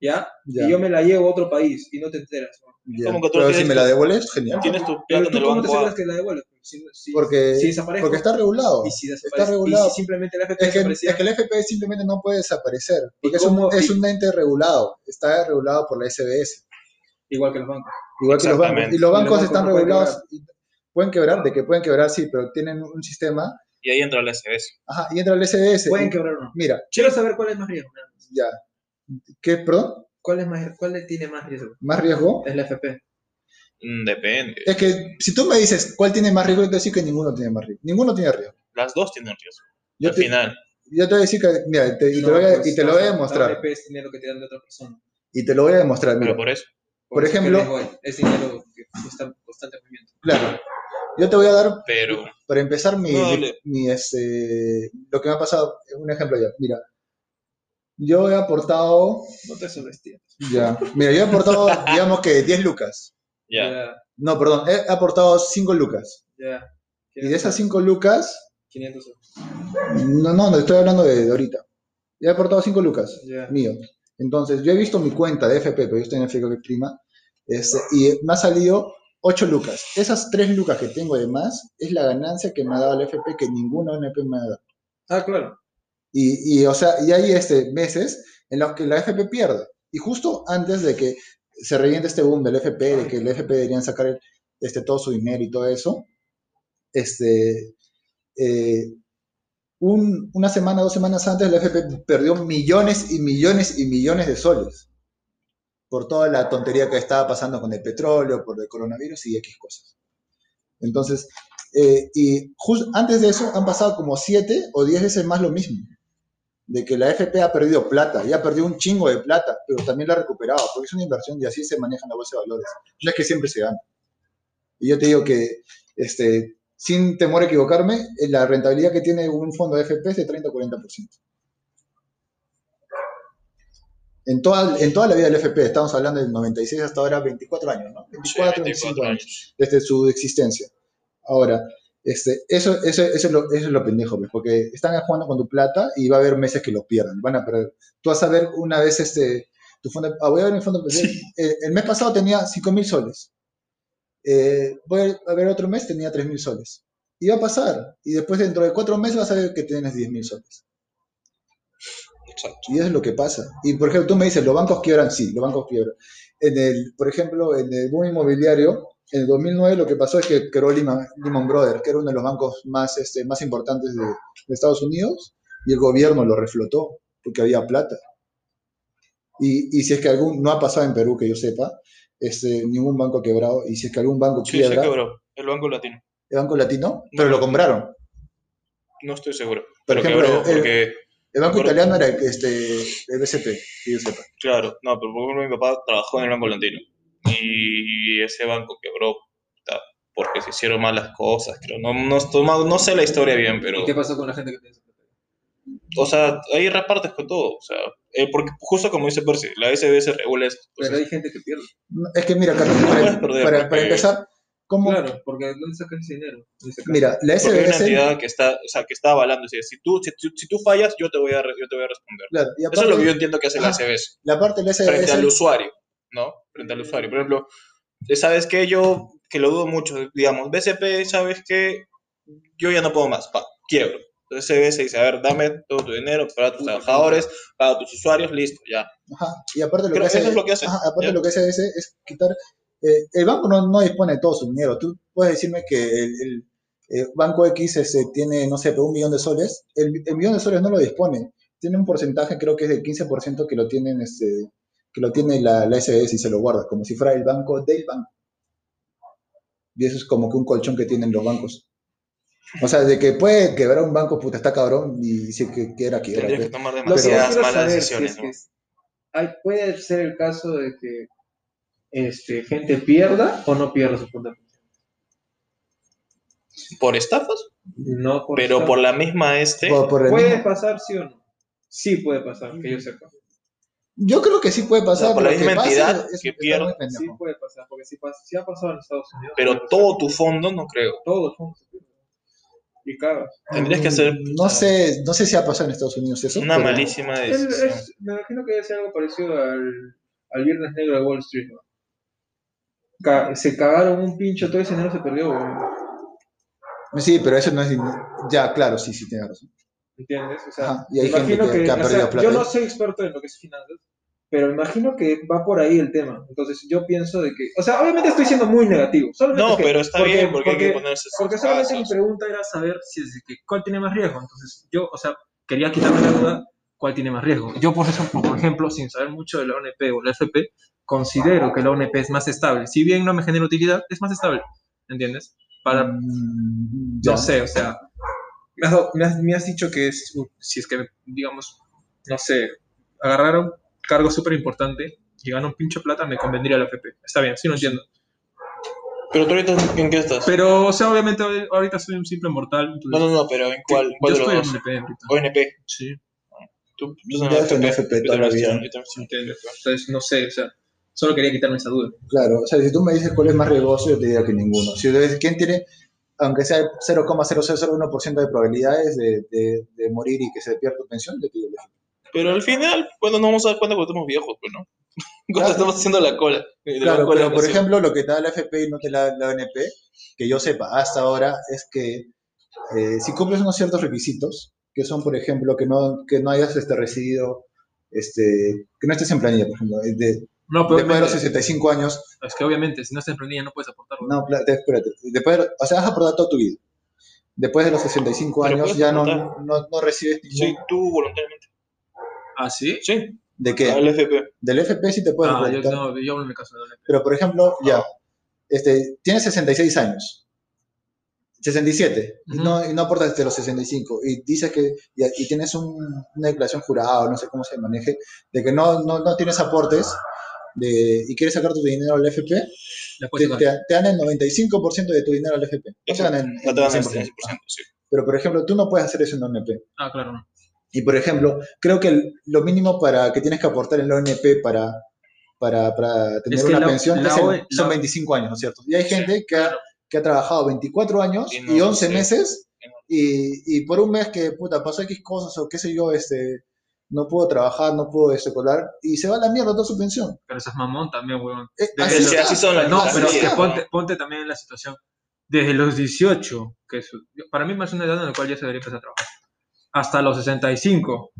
Speaker 3: ¿ya?
Speaker 2: ya,
Speaker 3: Y yo me la llevo a otro país y no te enteras. ¿no?
Speaker 2: ya.
Speaker 1: como que tú
Speaker 2: Pero si
Speaker 1: tienes-
Speaker 2: me la devuelves, genial.
Speaker 1: Tienes tu plata
Speaker 3: Pero
Speaker 1: en
Speaker 3: tú
Speaker 1: el
Speaker 3: cómo te
Speaker 1: banco
Speaker 3: aseguras
Speaker 1: A.
Speaker 3: que la devuelves? pues, Si, si-
Speaker 2: Porque,
Speaker 3: si desaparece.
Speaker 2: porque está regulado.
Speaker 3: y si
Speaker 2: está
Speaker 3: desaparece, y
Speaker 2: regulado.
Speaker 3: si simplemente la FP
Speaker 2: Es que,
Speaker 3: desaparecía,
Speaker 2: es que el FP simplemente no puede desaparecer. Porque es
Speaker 3: cómo-
Speaker 2: un, es
Speaker 3: y-
Speaker 2: un ente regulado. Está regulado por la SBS.
Speaker 3: igual que los bancos.
Speaker 2: Igual que los bancos.
Speaker 1: Exactamente.
Speaker 2: Y los
Speaker 3: Y los
Speaker 2: bancos
Speaker 3: bancos
Speaker 2: están
Speaker 3: no pueden
Speaker 2: regulados. y- Pueden quebrar, de que pueden quebrar, sí, pero tienen un sistema.
Speaker 1: Y ahí entra la SBS.
Speaker 2: Ajá, y entra el SDS.
Speaker 3: Pueden
Speaker 2: y-
Speaker 3: quebrar o no.
Speaker 2: Mira,
Speaker 3: Quiero saber cuál es más riesgo. nada más.
Speaker 2: ya. ¿Qué, perdón?
Speaker 3: ¿Cuál, es más, ¿Cuál le tiene más riesgo?
Speaker 2: ¿Más riesgo?
Speaker 3: Es la FP.
Speaker 1: Mm, Depende.
Speaker 2: Es que si tú me dices cuál tiene más riesgo, yo te voy a decir que ninguno tiene más riesgo. Ninguno tiene riesgo.
Speaker 1: Las dos tienen riesgo.
Speaker 2: Yo
Speaker 1: al
Speaker 2: te,
Speaker 1: final.
Speaker 2: yo te voy a decir que, mira, te- y, te lo voy a,
Speaker 3: pues,
Speaker 2: y te lo voy a demostrar.
Speaker 3: FP es dinero que te dan de otra persona.
Speaker 2: Y te lo voy a demostrar, mira.
Speaker 1: Pero pues, por eso.
Speaker 2: Por
Speaker 3: eso, ¿qué
Speaker 2: ejemplo-
Speaker 3: riesgo hay? Es dinero que está en constante movimiento.
Speaker 2: Claro. Yo te voy a dar,
Speaker 1: Pero.
Speaker 2: para empezar, mi,
Speaker 1: No, dale.
Speaker 2: mi, este, lo que me ha pasado, un ejemplo ya. Mira, yo he aportado,
Speaker 3: No te subestimes.
Speaker 2: ya, mira, yo he aportado, *laughs* digamos que 10 lucas.
Speaker 1: Ya.
Speaker 2: No, perdón, he aportado 5 lucas.
Speaker 3: Ya. ya.
Speaker 2: Y de esas 5 lucas,
Speaker 3: 500 euros.
Speaker 2: no, no, no estoy hablando de, de ahorita. Yo he aportado 5 lucas.
Speaker 3: Ya.
Speaker 2: mío. Entonces, yo he visto mi cuenta de FP, pero yo estoy en FP Prima, este, y me ha salido 8 lucas. Esas 3 lucas que tengo de más es la ganancia que me ha dado la FP que ninguna ONP me ha dado.
Speaker 3: Ah, claro.
Speaker 2: Y, y, o sea, y hay este, meses en los que la FP pierde. Y justo antes de que se reviente este boom del FP, de que el FP deberían sacar el- este, todo su dinero y todo eso, este, eh, un- una semana, dos semanas antes, la FP perdió millones y millones y millones de soles. por toda la tontería que estaba pasando con el petróleo, por el coronavirus y X cosas. Entonces, eh, y justo antes de eso han pasado como siete o diez veces más lo mismo, de que la FP ha perdido plata, ya perdió un chingo de plata, pero también la ha recuperado, porque es una inversión y así se maneja en la bolsa de valores. No es que siempre se gana. Y yo te digo que, este, sin temor a equivocarme, eh, la rentabilidad que tiene un fondo de FP es de 30 o 40%. En toda, en toda la vida del FP, estamos hablando del 96 hasta ahora, 24 años, ¿no? 24, 25 años desde su existencia. Ahora, este, eso, eso, eso, es lo, eso es lo pendejo, pues, porque están jugando con tu plata y va a haber meses que lo pierdan, van a perder. Tú vas a ver una vez este, tu fondo, ah, voy a ver mi fondo, el, el mes pasado tenía 5 mil soles, Eh, voy a ver otro mes tenía 3 mil soles, y va a pasar, y después dentro de 4 meses vas a ver que tienes 10 mil soles,
Speaker 1: Exacto.
Speaker 2: y eso es lo que pasa. Y por ejemplo, tú me dices, los bancos quiebran, sí, los bancos quiebran. En el, por ejemplo, en el boom inmobiliario, en el 2009 lo que pasó es que creó Lehman, Lehman Brothers, que era uno de los bancos más, este, más importantes de, de Estados Unidos, y el gobierno lo reflotó porque había plata. Y, y si es que algún, no ha pasado en Perú que yo sepa, este, ningún banco ha quebrado, y si es que algún banco
Speaker 1: Sí, se
Speaker 2: quiebra,
Speaker 1: quebró. El Banco Latino.
Speaker 2: el Banco Latino, pero lo compraron.
Speaker 1: No estoy seguro.
Speaker 2: Por
Speaker 1: Pero
Speaker 2: ejemplo,
Speaker 1: quebró
Speaker 2: el-
Speaker 1: porque.
Speaker 2: El Banco
Speaker 1: Por-
Speaker 2: Italiano era el, este, el BCP, que yo sepa.
Speaker 1: Claro, no, pero por ejemplo mi papá trabajó en el Banco Latino y ese banco quebró puta, porque se hicieron malas cosas, creo. No, no, estoy- no- no sé la historia bien, pero...
Speaker 3: ¿Y qué pasó con la gente que tiene esa plata?
Speaker 1: O sea, ahí repartes con todo. O sea, eh, porque justo como dice Percy, la SB se regula eso.
Speaker 3: Pero
Speaker 1: Entonces,
Speaker 3: hay gente que pierde.
Speaker 2: No, Es que mira, Carlos,
Speaker 1: puedes
Speaker 2: para,
Speaker 1: perder,
Speaker 2: para-
Speaker 1: porque-
Speaker 2: para empezar, ¿cómo?
Speaker 3: Claro, porque ¿dónde sacas ese dinero? En ese caso.
Speaker 2: Mira, la
Speaker 1: porque hay una
Speaker 2: SBC...
Speaker 1: entidad que está, o sea, que está avalando. O sea, si, tú, si, tú- si tú fallas, yo te voy a, re- yo te voy a responder.
Speaker 2: Claro, y
Speaker 1: Eso es
Speaker 2: aparte-
Speaker 1: lo que yo entiendo que hace la
Speaker 2: Ajá.
Speaker 1: SB.
Speaker 2: La parte del SBC.
Speaker 1: frente al usuario, ¿no? Frente al usuario. Por ejemplo, ¿sabes qué? Yo, que lo dudo mucho, digamos, BCP, ¿sabes qué? Yo ya no puedo más, pa, quiebro. Entonces CBS dice, a ver, dame todo tu dinero para tus trabajadores, para tus usuarios, listo, ya.
Speaker 2: Ajá, Y aparte
Speaker 1: Creo
Speaker 2: lo que
Speaker 1: que
Speaker 2: hace,
Speaker 1: eso es lo que hace,
Speaker 2: ajá, aparte
Speaker 1: ¿ya?
Speaker 2: lo que hace ese es quitar. eh, el banco no, no dispone de todo su dinero. Tú puedes decirme que el, el, eh, banco X este, tiene, no sé, pero un millón de soles. El, el millón de soles no lo dispone. Tiene un porcentaje, creo que es del 15% que lo tienen este, que lo tiene la, la SBS y se lo guarda, como si fuera el banco del banco. Y eso es como que un colchón que tienen los bancos. O sea, de que puede quebrar un banco, puta, está cabrón, y si que quiera, quiebra.
Speaker 1: Tendrías que
Speaker 2: pues.
Speaker 1: tomar
Speaker 3: Lo que yo
Speaker 1: demasiadas
Speaker 3: quiero
Speaker 1: malas
Speaker 3: saber
Speaker 1: decisiones,
Speaker 3: si
Speaker 1: ¿no?
Speaker 3: es que hay- puede ser el caso de que este, gente pierda o no pierda su punto.
Speaker 1: Por estafas,
Speaker 3: No por
Speaker 1: pero
Speaker 3: esta-
Speaker 1: por la misma este,
Speaker 2: Por- por el
Speaker 3: ¿Puede
Speaker 2: mismo-
Speaker 3: pasar, sí o no? Sí puede pasar, que yo sepa.
Speaker 2: Yo creo que sí puede pasar.
Speaker 1: No, por
Speaker 2: pero
Speaker 1: la
Speaker 2: que
Speaker 1: misma
Speaker 2: pase
Speaker 1: entidad
Speaker 2: es-
Speaker 1: que
Speaker 2: está
Speaker 1: pierde.
Speaker 2: muy pendejo.
Speaker 3: Sí puede pasar, porque si, pas- si ha pasado en Estados Unidos.
Speaker 1: pero
Speaker 3: puede pasar.
Speaker 1: todo tu fondo, no creo.
Speaker 3: Todos juntos. Y cagas.
Speaker 1: Tendrías que hacer
Speaker 2: Mm, No sé, no sé si ha pasado en Estados Unidos eso.
Speaker 1: una
Speaker 2: pero-
Speaker 1: malísima
Speaker 3: Es-
Speaker 1: decisión.
Speaker 3: es- me imagino que debe ser algo parecido al, al Viernes Negro de Wall Street. ¿no? Ca- se cagaron un pincho, todo ese dinero se perdió, weón.
Speaker 2: Sí, pero eso no es. Ya, claro, sí, sí, tiene razón.
Speaker 3: ¿entiendes? O sea,
Speaker 2: Ajá, y hay
Speaker 3: imagino
Speaker 2: gente que- que ha
Speaker 3: o sea,
Speaker 2: perdido plata
Speaker 3: Yo
Speaker 2: ahí.
Speaker 3: no soy experto en lo que es finanzas, pero imagino que va por ahí el tema. Entonces yo pienso de que, o sea, obviamente estoy siendo muy negativo. solamente
Speaker 1: No,
Speaker 3: que-
Speaker 1: pero está
Speaker 3: porque-
Speaker 1: bien, porque hay que
Speaker 3: porque-
Speaker 1: ponerse...
Speaker 3: Porque solamente mi
Speaker 1: casos.
Speaker 3: pregunta era saber si, si- que- cuál tiene más riesgo. Entonces, yo, o sea, quería quitarme la duda cuál tiene más riesgo. Yo, por eso, por ejemplo, sin saber mucho de la ONP o la FP, considero que la ONP es más estable. Si bien no me genera utilidad, es más estable. ¿Entiendes? Para,
Speaker 2: Mm, ya.
Speaker 3: no sé, o sea, me has, dado- me has- me has dicho que es, un- si es que, digamos, no sé, agarrar un cargo súper importante y ganar un pincho plata, me convendría la FP. Está bien, sí lo entiendo.
Speaker 1: Pero tú ahorita, ¿en qué estás?
Speaker 3: Pero, o sea, obviamente ahorita soy un simple mortal. entonces-
Speaker 1: No, no, no, pero ¿en cuál? ¿Cuál
Speaker 3: yo
Speaker 1: de los
Speaker 3: estoy en
Speaker 1: dos?
Speaker 3: LP ahorita.
Speaker 1: ONP.
Speaker 3: Sí.
Speaker 1: Tú, tú
Speaker 2: Yo
Speaker 1: también
Speaker 2: estoy en
Speaker 1: FP,
Speaker 2: FP
Speaker 1: yo
Speaker 2: toda la
Speaker 1: también estoy-
Speaker 2: vida.
Speaker 1: yo también estoy en
Speaker 3: Entiendo. Entonces, no sé, o sea, solo quería quitarme esa duda.
Speaker 2: Claro, o sea, si tú me dices cuál es más riesgoso, yo te diría que ninguno. Si tú dices quién tiene, aunque sea el 0,0001% de probabilidades de, de- de morir y que se pierda tu pensión, yo te digo que sí.
Speaker 1: Pero al final, bueno, nos vamos a dar cuenta cuando estamos viejos, pues, ¿no? *laughs* Cuando
Speaker 2: Claro.
Speaker 1: estamos haciendo la cola. de la
Speaker 2: Claro,
Speaker 1: cola
Speaker 2: pero por
Speaker 1: nacional.
Speaker 2: ejemplo, lo que te da la FP y no te da la ONP, que yo sepa hasta ahora, es que eh, si cumples unos ciertos requisitos, que son, por ejemplo, que no, que no hayas este, recibido, este, que no estés en planilla, por ejemplo, eh, de,
Speaker 3: No, pero
Speaker 2: después de los
Speaker 3: obviamente,
Speaker 2: 65 años,
Speaker 3: es que obviamente, si no estás en planilla no puedes aportar.
Speaker 2: no, pla- te- espérate, después, de- o sea, vas a perder toda tu vida. Después de los 65
Speaker 1: Pero
Speaker 2: años
Speaker 1: puedes
Speaker 2: ya no,
Speaker 1: votar.
Speaker 2: no, no recibes ningún...
Speaker 1: Sí, tú voluntariamente.
Speaker 3: ¿Ah, sí?
Speaker 1: Sí.
Speaker 2: ¿De qué?
Speaker 1: Ah, el FP.
Speaker 2: Del FP sí te pueden
Speaker 3: Ah, yo,
Speaker 2: desconectar.
Speaker 3: no, yo hablo en el caso de
Speaker 2: Pero, por ejemplo, ya, este, tienes 66 años, 67, y,
Speaker 3: Ujú.
Speaker 2: no, y no aportas de los 65, y dices que, y, y tienes un- una declaración jurada, o no sé cómo se maneje, de que no, no, no tienes aportes de, y quieres sacar tu dinero al FP,
Speaker 3: la
Speaker 2: te,
Speaker 3: cuestión.
Speaker 2: te- te dan el 95% de tu dinero al FP. No te dan el,
Speaker 1: No te van a
Speaker 2: el
Speaker 1: 100%,
Speaker 2: 100%.
Speaker 1: sí.
Speaker 2: Pero, por ejemplo, tú no puedes hacer eso en ONP.
Speaker 3: Ah, claro, no.
Speaker 2: Y por ejemplo, creo que el- lo mínimo para que tienes que aportar en la ONP para, para, para tener
Speaker 3: Es que
Speaker 2: una
Speaker 3: la-
Speaker 2: pensión
Speaker 3: la
Speaker 2: es el-
Speaker 1: E,
Speaker 3: OE
Speaker 2: son
Speaker 3: la-
Speaker 2: 25 años, ¿no es cierto? Y hay gente que ha, que ha trabajado 24 años
Speaker 1: Y
Speaker 2: y,
Speaker 1: no,
Speaker 2: 11
Speaker 1: sí.
Speaker 2: meses
Speaker 1: Y no.
Speaker 2: y, y por un mes que puta, pasó X cosas o qué sé yo, este, no puedo trabajar, no puedo este, colar y se va a la mierda toda su pensión.
Speaker 3: Pero seas mamón también, weón.
Speaker 2: Eh,
Speaker 3: Desde
Speaker 1: Así,
Speaker 3: los-
Speaker 1: así son las
Speaker 3: No,
Speaker 1: las
Speaker 3: pero
Speaker 1: leyes,
Speaker 3: que
Speaker 2: está.
Speaker 1: ¿no?
Speaker 3: ponte, ponte también en la situación. Desde los 18, que es- para mí me parece una edad en la cual ya se debería empezar a trabajar, hasta los 65.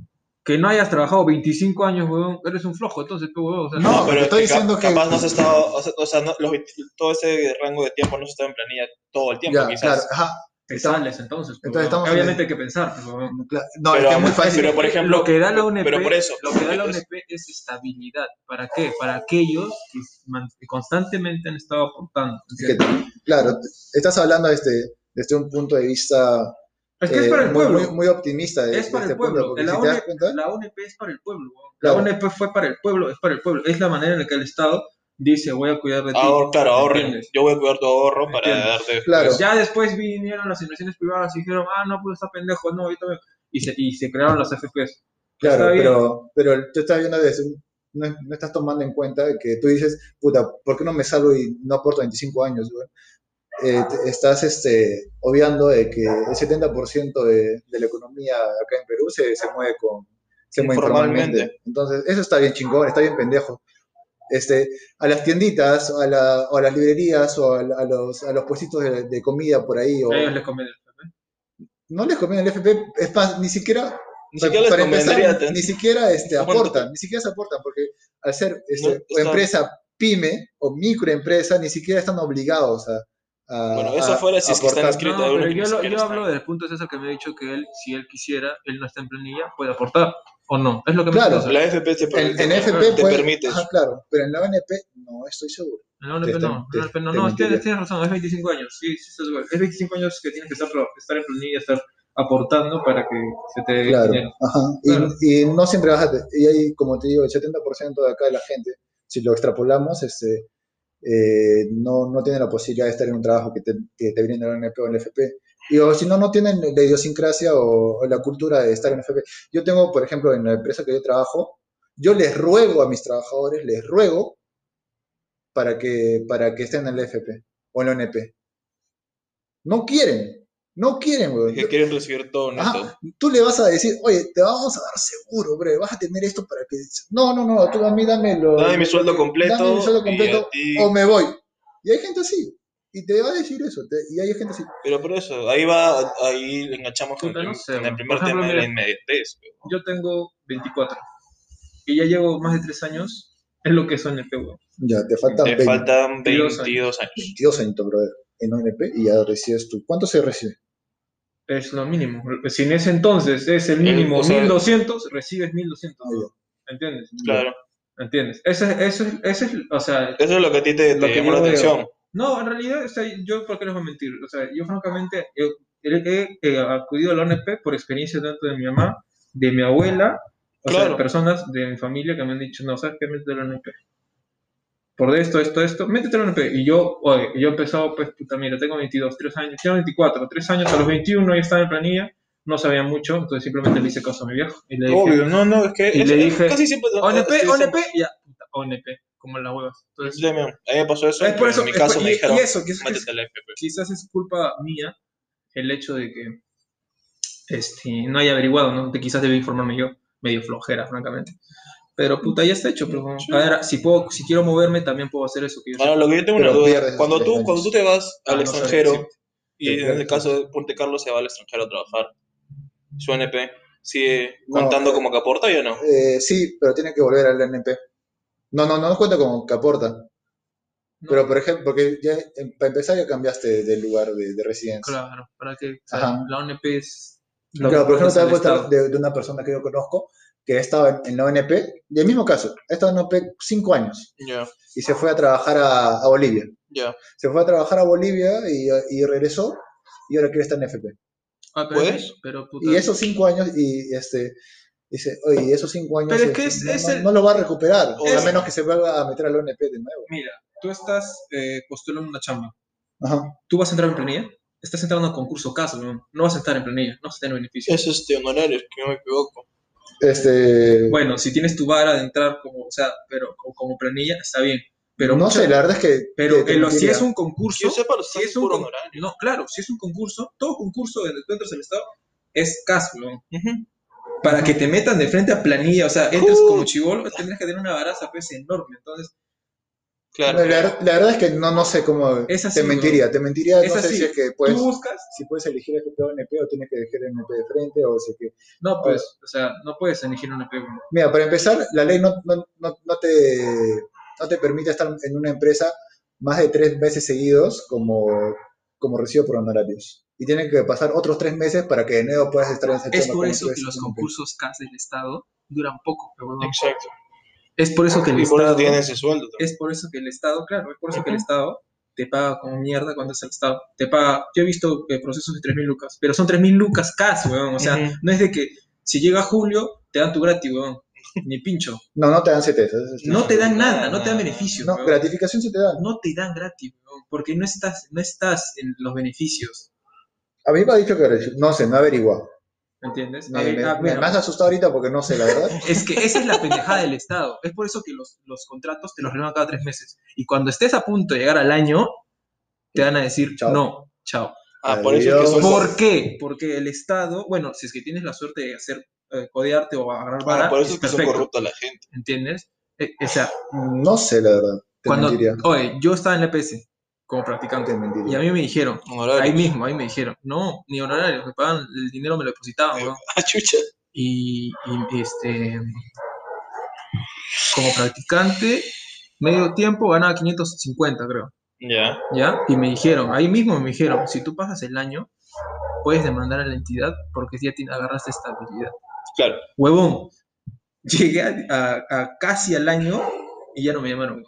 Speaker 3: Que no hayas trabajado 25 años, weón, eres un flojo, entonces, pues, weón. o sea,
Speaker 2: No, pero te estoy
Speaker 1: es que cap-
Speaker 2: diciendo que-
Speaker 1: Capaz no has estado. O sea, o sea, no- los veinte- todo ese rango de tiempo no has estado en planilla todo el tiempo,
Speaker 2: Ya,
Speaker 1: quizás.
Speaker 2: claro, ajá,
Speaker 3: te
Speaker 2: estamos-
Speaker 3: sales entonces. pues,
Speaker 2: entonces
Speaker 3: weón.
Speaker 2: estamos
Speaker 3: Que Obviamente
Speaker 2: en-
Speaker 3: hay que pensar, pues, weón.
Speaker 2: claro. No,
Speaker 1: Pero
Speaker 2: es que es muy
Speaker 1: aún así,
Speaker 2: fácil.
Speaker 1: pero por ejemplo-
Speaker 3: lo que da la UNP,
Speaker 1: pero por eso,
Speaker 3: lo que da la
Speaker 1: entonces-
Speaker 3: UNP es estabilidad. ¿Para qué? Para aquellos que man- que constantemente han estado aportando.
Speaker 2: Es que- claro, estás hablando este, desde un punto de vista
Speaker 3: Es que es
Speaker 2: eh,
Speaker 3: para el
Speaker 2: muy,
Speaker 3: pueblo.
Speaker 2: muy, muy optimista. de-
Speaker 3: es
Speaker 2: de
Speaker 3: para
Speaker 2: este
Speaker 3: el pueblo.
Speaker 2: punto, porque
Speaker 3: la,
Speaker 2: si te
Speaker 3: ONE
Speaker 2: das cuenta-
Speaker 3: la ONP es para el pueblo. weón.
Speaker 2: Claro.
Speaker 3: La ONP fue para el pueblo, es para el pueblo. Es la manera en la que el Estado dice, voy a cuidar de ti.
Speaker 1: Ahor- Ah, oh, claro, ahorren.
Speaker 3: ¿Entiendes?
Speaker 1: Yo voy a cuidar tu ahorro para
Speaker 3: Entiendo.
Speaker 1: darte. después.
Speaker 2: Claro.
Speaker 3: Ya después vinieron las inversiones privadas y dijeron, ah, no, pues está pendejo, no, ahorita me-". Y se, y se crearon las FPS.
Speaker 2: Claro,
Speaker 3: Está bien.
Speaker 2: pero, pero tú estás viendo desde un- no, no estás tomando en cuenta que tú dices, puta, ¿por qué no me salgo y no aporto 25 años? güey?" Eh, te- estás este, obviando de que el 70% de, de la economía acá en Perú se, se mueve con se mueve
Speaker 1: Informalmente.
Speaker 2: informalmente. Entonces, eso está bien chingón, está bien pendejo. Este, a las tienditas, a, la- o a las librerías, o a, a los, a los puestitos de, de comida por ahí, o,
Speaker 3: A ellos les conviene.
Speaker 2: no les conviene el FP, es más, ni siquiera
Speaker 1: Ni siquiera les
Speaker 2: para empezar,
Speaker 1: convendría. ten-
Speaker 2: ni siquiera este,
Speaker 1: Un montón.
Speaker 2: aportan, ni siquiera se aportan, porque al ser este,
Speaker 1: No,
Speaker 2: o
Speaker 1: está-
Speaker 2: empresa pyme o microempresa, ni siquiera están obligados a. a-
Speaker 1: Bueno, eso
Speaker 2: a-
Speaker 1: fuera si es que están
Speaker 2: aportar.
Speaker 1: inscritos. Escrito,
Speaker 3: No,
Speaker 1: uno
Speaker 3: pero
Speaker 1: que ni
Speaker 3: yo, lo-
Speaker 1: siquiera
Speaker 3: yo
Speaker 1: está.
Speaker 3: hablo del punto de César que me ha dicho que él, si él quisiera, él no está en planilla, puede aportar o no. Es lo que me
Speaker 2: Claro.
Speaker 3: dice César.
Speaker 1: La FP te
Speaker 2: En,
Speaker 1: permite.
Speaker 2: en FP
Speaker 1: te
Speaker 2: puede-
Speaker 1: permites.
Speaker 2: ajá, claro, pero en la ONP no estoy seguro.
Speaker 3: En la ONP
Speaker 2: Te-
Speaker 3: no,
Speaker 2: te-
Speaker 3: en la ONP no,
Speaker 2: te
Speaker 3: no,
Speaker 2: mentiría.
Speaker 3: tienes, tienes razón, es 25 años, sí, sí, estás igual. es 25 años que tienes que estar, tra- estar en planilla, estar aportando para que se te dé
Speaker 2: Claro,
Speaker 3: dinero.
Speaker 2: ajá, y-
Speaker 3: Claro.
Speaker 2: Y, no siempre vas a. te- Y ahí, como te digo, el 70% de acá de la gente, si lo extrapolamos, este, eh, no, no tiene la posibilidad de estar en un trabajo que te, que te brinda la NP o el FP. Y o si no, no tienen la idiosincrasia o, o la cultura de estar en el FP. Yo tengo, por ejemplo, en la empresa que yo trabajo, yo les ruego a mis trabajadores, les ruego para que, para que estén en el FP o en la ONP. No quieren, no quieren, weón.
Speaker 1: Que quieren recibir todo neto.
Speaker 2: Ajá, tú le vas a decir, oye, te vamos a dar seguro, bro, vas a tener esto para que... No, no, no, tú a mí dámelo.
Speaker 1: Dame mi sueldo completo.
Speaker 2: Dame mi
Speaker 1: y
Speaker 2: sueldo
Speaker 1: a
Speaker 2: completo Oh.
Speaker 1: ti-
Speaker 2: o me voy. Y hay gente así, y te va a decir eso, te- y hay gente así.
Speaker 1: Pero por eso, ahí va, ahí enganchamos con,
Speaker 3: Puta, no
Speaker 1: el-
Speaker 3: sé,
Speaker 1: con el
Speaker 3: man.
Speaker 1: primer
Speaker 3: Por
Speaker 1: tema
Speaker 3: ejemplo,
Speaker 1: de la
Speaker 3: mira.
Speaker 1: inmediatez. weón.
Speaker 3: Yo tengo 24 y ya llevo más de 3 años en lo que es ONP, weón.
Speaker 2: Ya, te faltan
Speaker 1: Te
Speaker 2: 20,
Speaker 1: faltan
Speaker 3: 22
Speaker 1: 22 años.
Speaker 2: 22 añitos, brother, en ONP y ya recibes tú. ¿Cuánto se recibe?
Speaker 3: es lo mínimo. Si en ese entonces es el mínimo
Speaker 1: o sea-
Speaker 3: 1200, recibes 1200,
Speaker 2: Ah, ya.
Speaker 3: ¿entiendes?
Speaker 1: Claro.
Speaker 3: ¿Entiendes? Eso es, eso es, eso es, o sea,
Speaker 1: Eso es lo que a ti te, te
Speaker 3: Lo que
Speaker 1: llamó la
Speaker 3: yo veo.
Speaker 1: atención.
Speaker 3: No, en realidad, o sea, yo, ¿por qué les voy a mentir? O sea, yo francamente yo he, he acudido a la ONP por experiencia tanto de mi mamá, de mi abuela, o sea,
Speaker 1: Claro.
Speaker 3: de personas de mi familia que me han dicho, no, ¿sabes qué? Métete a la ONP. Por esto, esto, esto, métete a la ONP. Y yo, oye, yo he empezado, pues, puta, mira, tengo 22, 3 años, tengo 24, 3 años, a los 21 ya estaba en planilla, no sabía mucho, entonces simplemente le hice caso a mi viejo y le dije,
Speaker 1: Obvio, no, no, es que
Speaker 3: Y
Speaker 1: es-
Speaker 3: le dije,
Speaker 1: casi siempre.
Speaker 3: ONP,
Speaker 1: sí, sí,
Speaker 3: ONP, y ya, puta, ONP, como las huevas. Entonces,
Speaker 1: sí, también. A mí me pasó eso.
Speaker 3: es por eso,
Speaker 1: en mi
Speaker 3: es
Speaker 1: caso
Speaker 3: por-
Speaker 1: me
Speaker 3: y-
Speaker 1: dijeron,
Speaker 3: y eso, que eso-
Speaker 1: métete pues". a la FP.
Speaker 3: quizás es culpa mía el hecho de que este, no haya averiguado, ¿no? Que quizás debí informarme yo, medio flojera, francamente. Pero puta, ya está hecho, pero bueno,
Speaker 1: Sí.
Speaker 3: ahora, si puedo, si quiero moverme, también puedo hacer eso que yo
Speaker 1: Ahora, lo que yo tengo
Speaker 2: Pero
Speaker 1: una duda,
Speaker 2: pierdes
Speaker 1: cuando
Speaker 2: esos
Speaker 1: tú,
Speaker 2: años.
Speaker 1: cuando tú te vas
Speaker 3: Ah,
Speaker 1: al
Speaker 3: no sabes,
Speaker 1: extranjero,
Speaker 3: sí.
Speaker 2: Te
Speaker 1: y en
Speaker 2: pierdes
Speaker 1: el caso de Ponte Carlos se va al extranjero a trabajar, su NP sigue
Speaker 2: No,
Speaker 1: contando
Speaker 2: eh,
Speaker 1: como que aporta o no.
Speaker 2: Eh, sí, pero tiene que volver al ONP. No, no, no, no cuenta como que aporta.
Speaker 3: No,
Speaker 2: Pero, por ejemplo, porque ya, em, para empezar ya cambiaste del lugar de, de residencia.
Speaker 3: Claro, para que o sea,
Speaker 2: Ajá.
Speaker 3: la ONP es...
Speaker 2: Claro, por ejemplo, te voy
Speaker 3: es el
Speaker 2: a contar
Speaker 3: Estado.
Speaker 2: de, de una persona que yo conozco que ha estado en la ONP, y el mismo caso, ha estado en la ONP cinco años
Speaker 1: Ya,
Speaker 2: y se fue a trabajar a, a Bolivia.
Speaker 1: ya.
Speaker 2: Se fue a trabajar a Bolivia y, y regresó y ahora quiere estar en FP.
Speaker 3: Ah, pero,
Speaker 1: ¿Puedes?
Speaker 3: pero puta.
Speaker 2: Y esos cinco años, y este, dice, oye, y esos cinco años
Speaker 3: Pero es
Speaker 2: este,
Speaker 3: que es-
Speaker 2: no,
Speaker 3: es
Speaker 2: no-
Speaker 3: el-
Speaker 2: no lo va a recuperar,
Speaker 1: Es-
Speaker 2: a menos que se vuelva a meter al ONP de nuevo.
Speaker 3: Mira, tú estás eh, postulando una chamba.
Speaker 2: Ajá.
Speaker 3: ¿Tú vas a entrar en planilla? Estás entrando a concurso caso, weón. no vas a entrar en planilla, no vas a tener beneficios.
Speaker 1: Es este honorario, que no me equivoco.
Speaker 2: Este,
Speaker 3: Bueno, si tienes tu vara de entrar como, o sea, pero como, como planilla, está bien. Pero
Speaker 2: no
Speaker 3: mucha-
Speaker 2: sé, la verdad es que...
Speaker 3: Pero
Speaker 2: que
Speaker 3: en lo- si
Speaker 2: mentiría.
Speaker 3: es un concurso,
Speaker 1: Yo sepa, lo
Speaker 3: si
Speaker 1: estás
Speaker 3: es un
Speaker 1: puro
Speaker 3: con-
Speaker 1: honorario.
Speaker 3: no, claro, si es un concurso, todo concurso en el que entras al Estado es caso, weón. Para que te metan de frente a planilla, o sea, entres como chivolo, tendrás que tener una baraza pues enorme. Entonces,
Speaker 1: Claro.
Speaker 2: La, la- la verdad es que no, no sé cómo...
Speaker 3: Es así,
Speaker 2: te mentiría, te mentiría,
Speaker 3: Es
Speaker 2: no sé
Speaker 3: así.
Speaker 2: si es que puedes...
Speaker 3: tú buscas,
Speaker 2: Si puedes elegir el FP o NP o tienes que elegir el NP de frente o si es que...
Speaker 3: no, pues, o sea, no puedes elegir una pega.
Speaker 2: Mira, para empezar, la ley no, no, no, no te, no te permite estar en una empresa más de tres meses seguidos como, como recibo por honorarios. Y tienen que pasar otros tres meses para que de nuevo puedas estar en esa
Speaker 3: Es
Speaker 2: chamba
Speaker 3: por
Speaker 2: como
Speaker 3: eso
Speaker 2: tres,
Speaker 3: que los
Speaker 2: como que-
Speaker 3: concursos CAS del Estado duran poco. pero bueno,
Speaker 1: Exacto.
Speaker 3: Es por eso que el
Speaker 1: Y por eso
Speaker 3: Estado.
Speaker 1: tienen ese sueldo también.
Speaker 3: Es por eso que el Estado, claro, es por eso que el Estado te paga como mierda cuando es el Estado. Te paga. Yo he visto eh, procesos de 3.000 lucas, pero son 3.000 lucas CAS, weón. O sea,
Speaker 1: Ujú.
Speaker 3: no es de que si llega julio te dan tu gratis, weón. Ni pincho.
Speaker 2: No, no te dan CTS.
Speaker 3: No te dan nada, no te dan beneficios.
Speaker 2: No,
Speaker 3: weón.
Speaker 2: gratificación sí te dan.
Speaker 3: No te dan gratis, weón, porque no estás, no estás en los beneficios.
Speaker 2: A mí me ha dicho que gratific- no sé, no he averiguado.
Speaker 3: ¿Me entiendes? A
Speaker 2: Me,
Speaker 3: ver,
Speaker 2: me-
Speaker 3: ah,
Speaker 2: me-
Speaker 3: bueno.
Speaker 2: me has asustado ahorita porque no sé, la verdad.
Speaker 3: *laughs* Es que esa es la pendejada del Estado. Es por eso que los, los contratos te los renuevan cada tres meses. Y cuando estés a punto de llegar al año, te van a decir,
Speaker 2: Chao.
Speaker 3: no, chao.
Speaker 1: Ah, por eso es que
Speaker 2: Adiós.
Speaker 1: son
Speaker 3: ¿Por qué? Porque el Estado, bueno, si es que tienes la suerte de hacer, eh, codearte o agarrar
Speaker 1: Ah,
Speaker 3: para,
Speaker 1: por eso
Speaker 3: es
Speaker 1: es que son
Speaker 3: perfecto,
Speaker 1: corruptos la gente.
Speaker 3: ¿entiendes? Eh, o sea,
Speaker 2: No sé, la verdad. Te
Speaker 3: cuando,
Speaker 2: mentiría.
Speaker 3: oye, yo estaba en la EPS como
Speaker 2: Te
Speaker 3: practicante y a
Speaker 2: mentiría.
Speaker 3: mí me dijeron,
Speaker 1: Honorario.
Speaker 3: ahí mismo, ahí me dijeron, no, ni honorarios, me pagan el dinero, me lo depositaban,
Speaker 1: Ay,
Speaker 3: weón.
Speaker 1: *laughs* Ah, chucha.
Speaker 3: y, y, este como practicante medio tiempo ganaba 550 creo
Speaker 1: Ya.
Speaker 3: ya y me dijeron ahí mismo me dijeron si tú pasas el año puedes demandar a la entidad porque ya te agarraste estabilidad
Speaker 1: Claro.
Speaker 3: huevón *laughs* llegué a, a- a casi al año y ya no me llamaron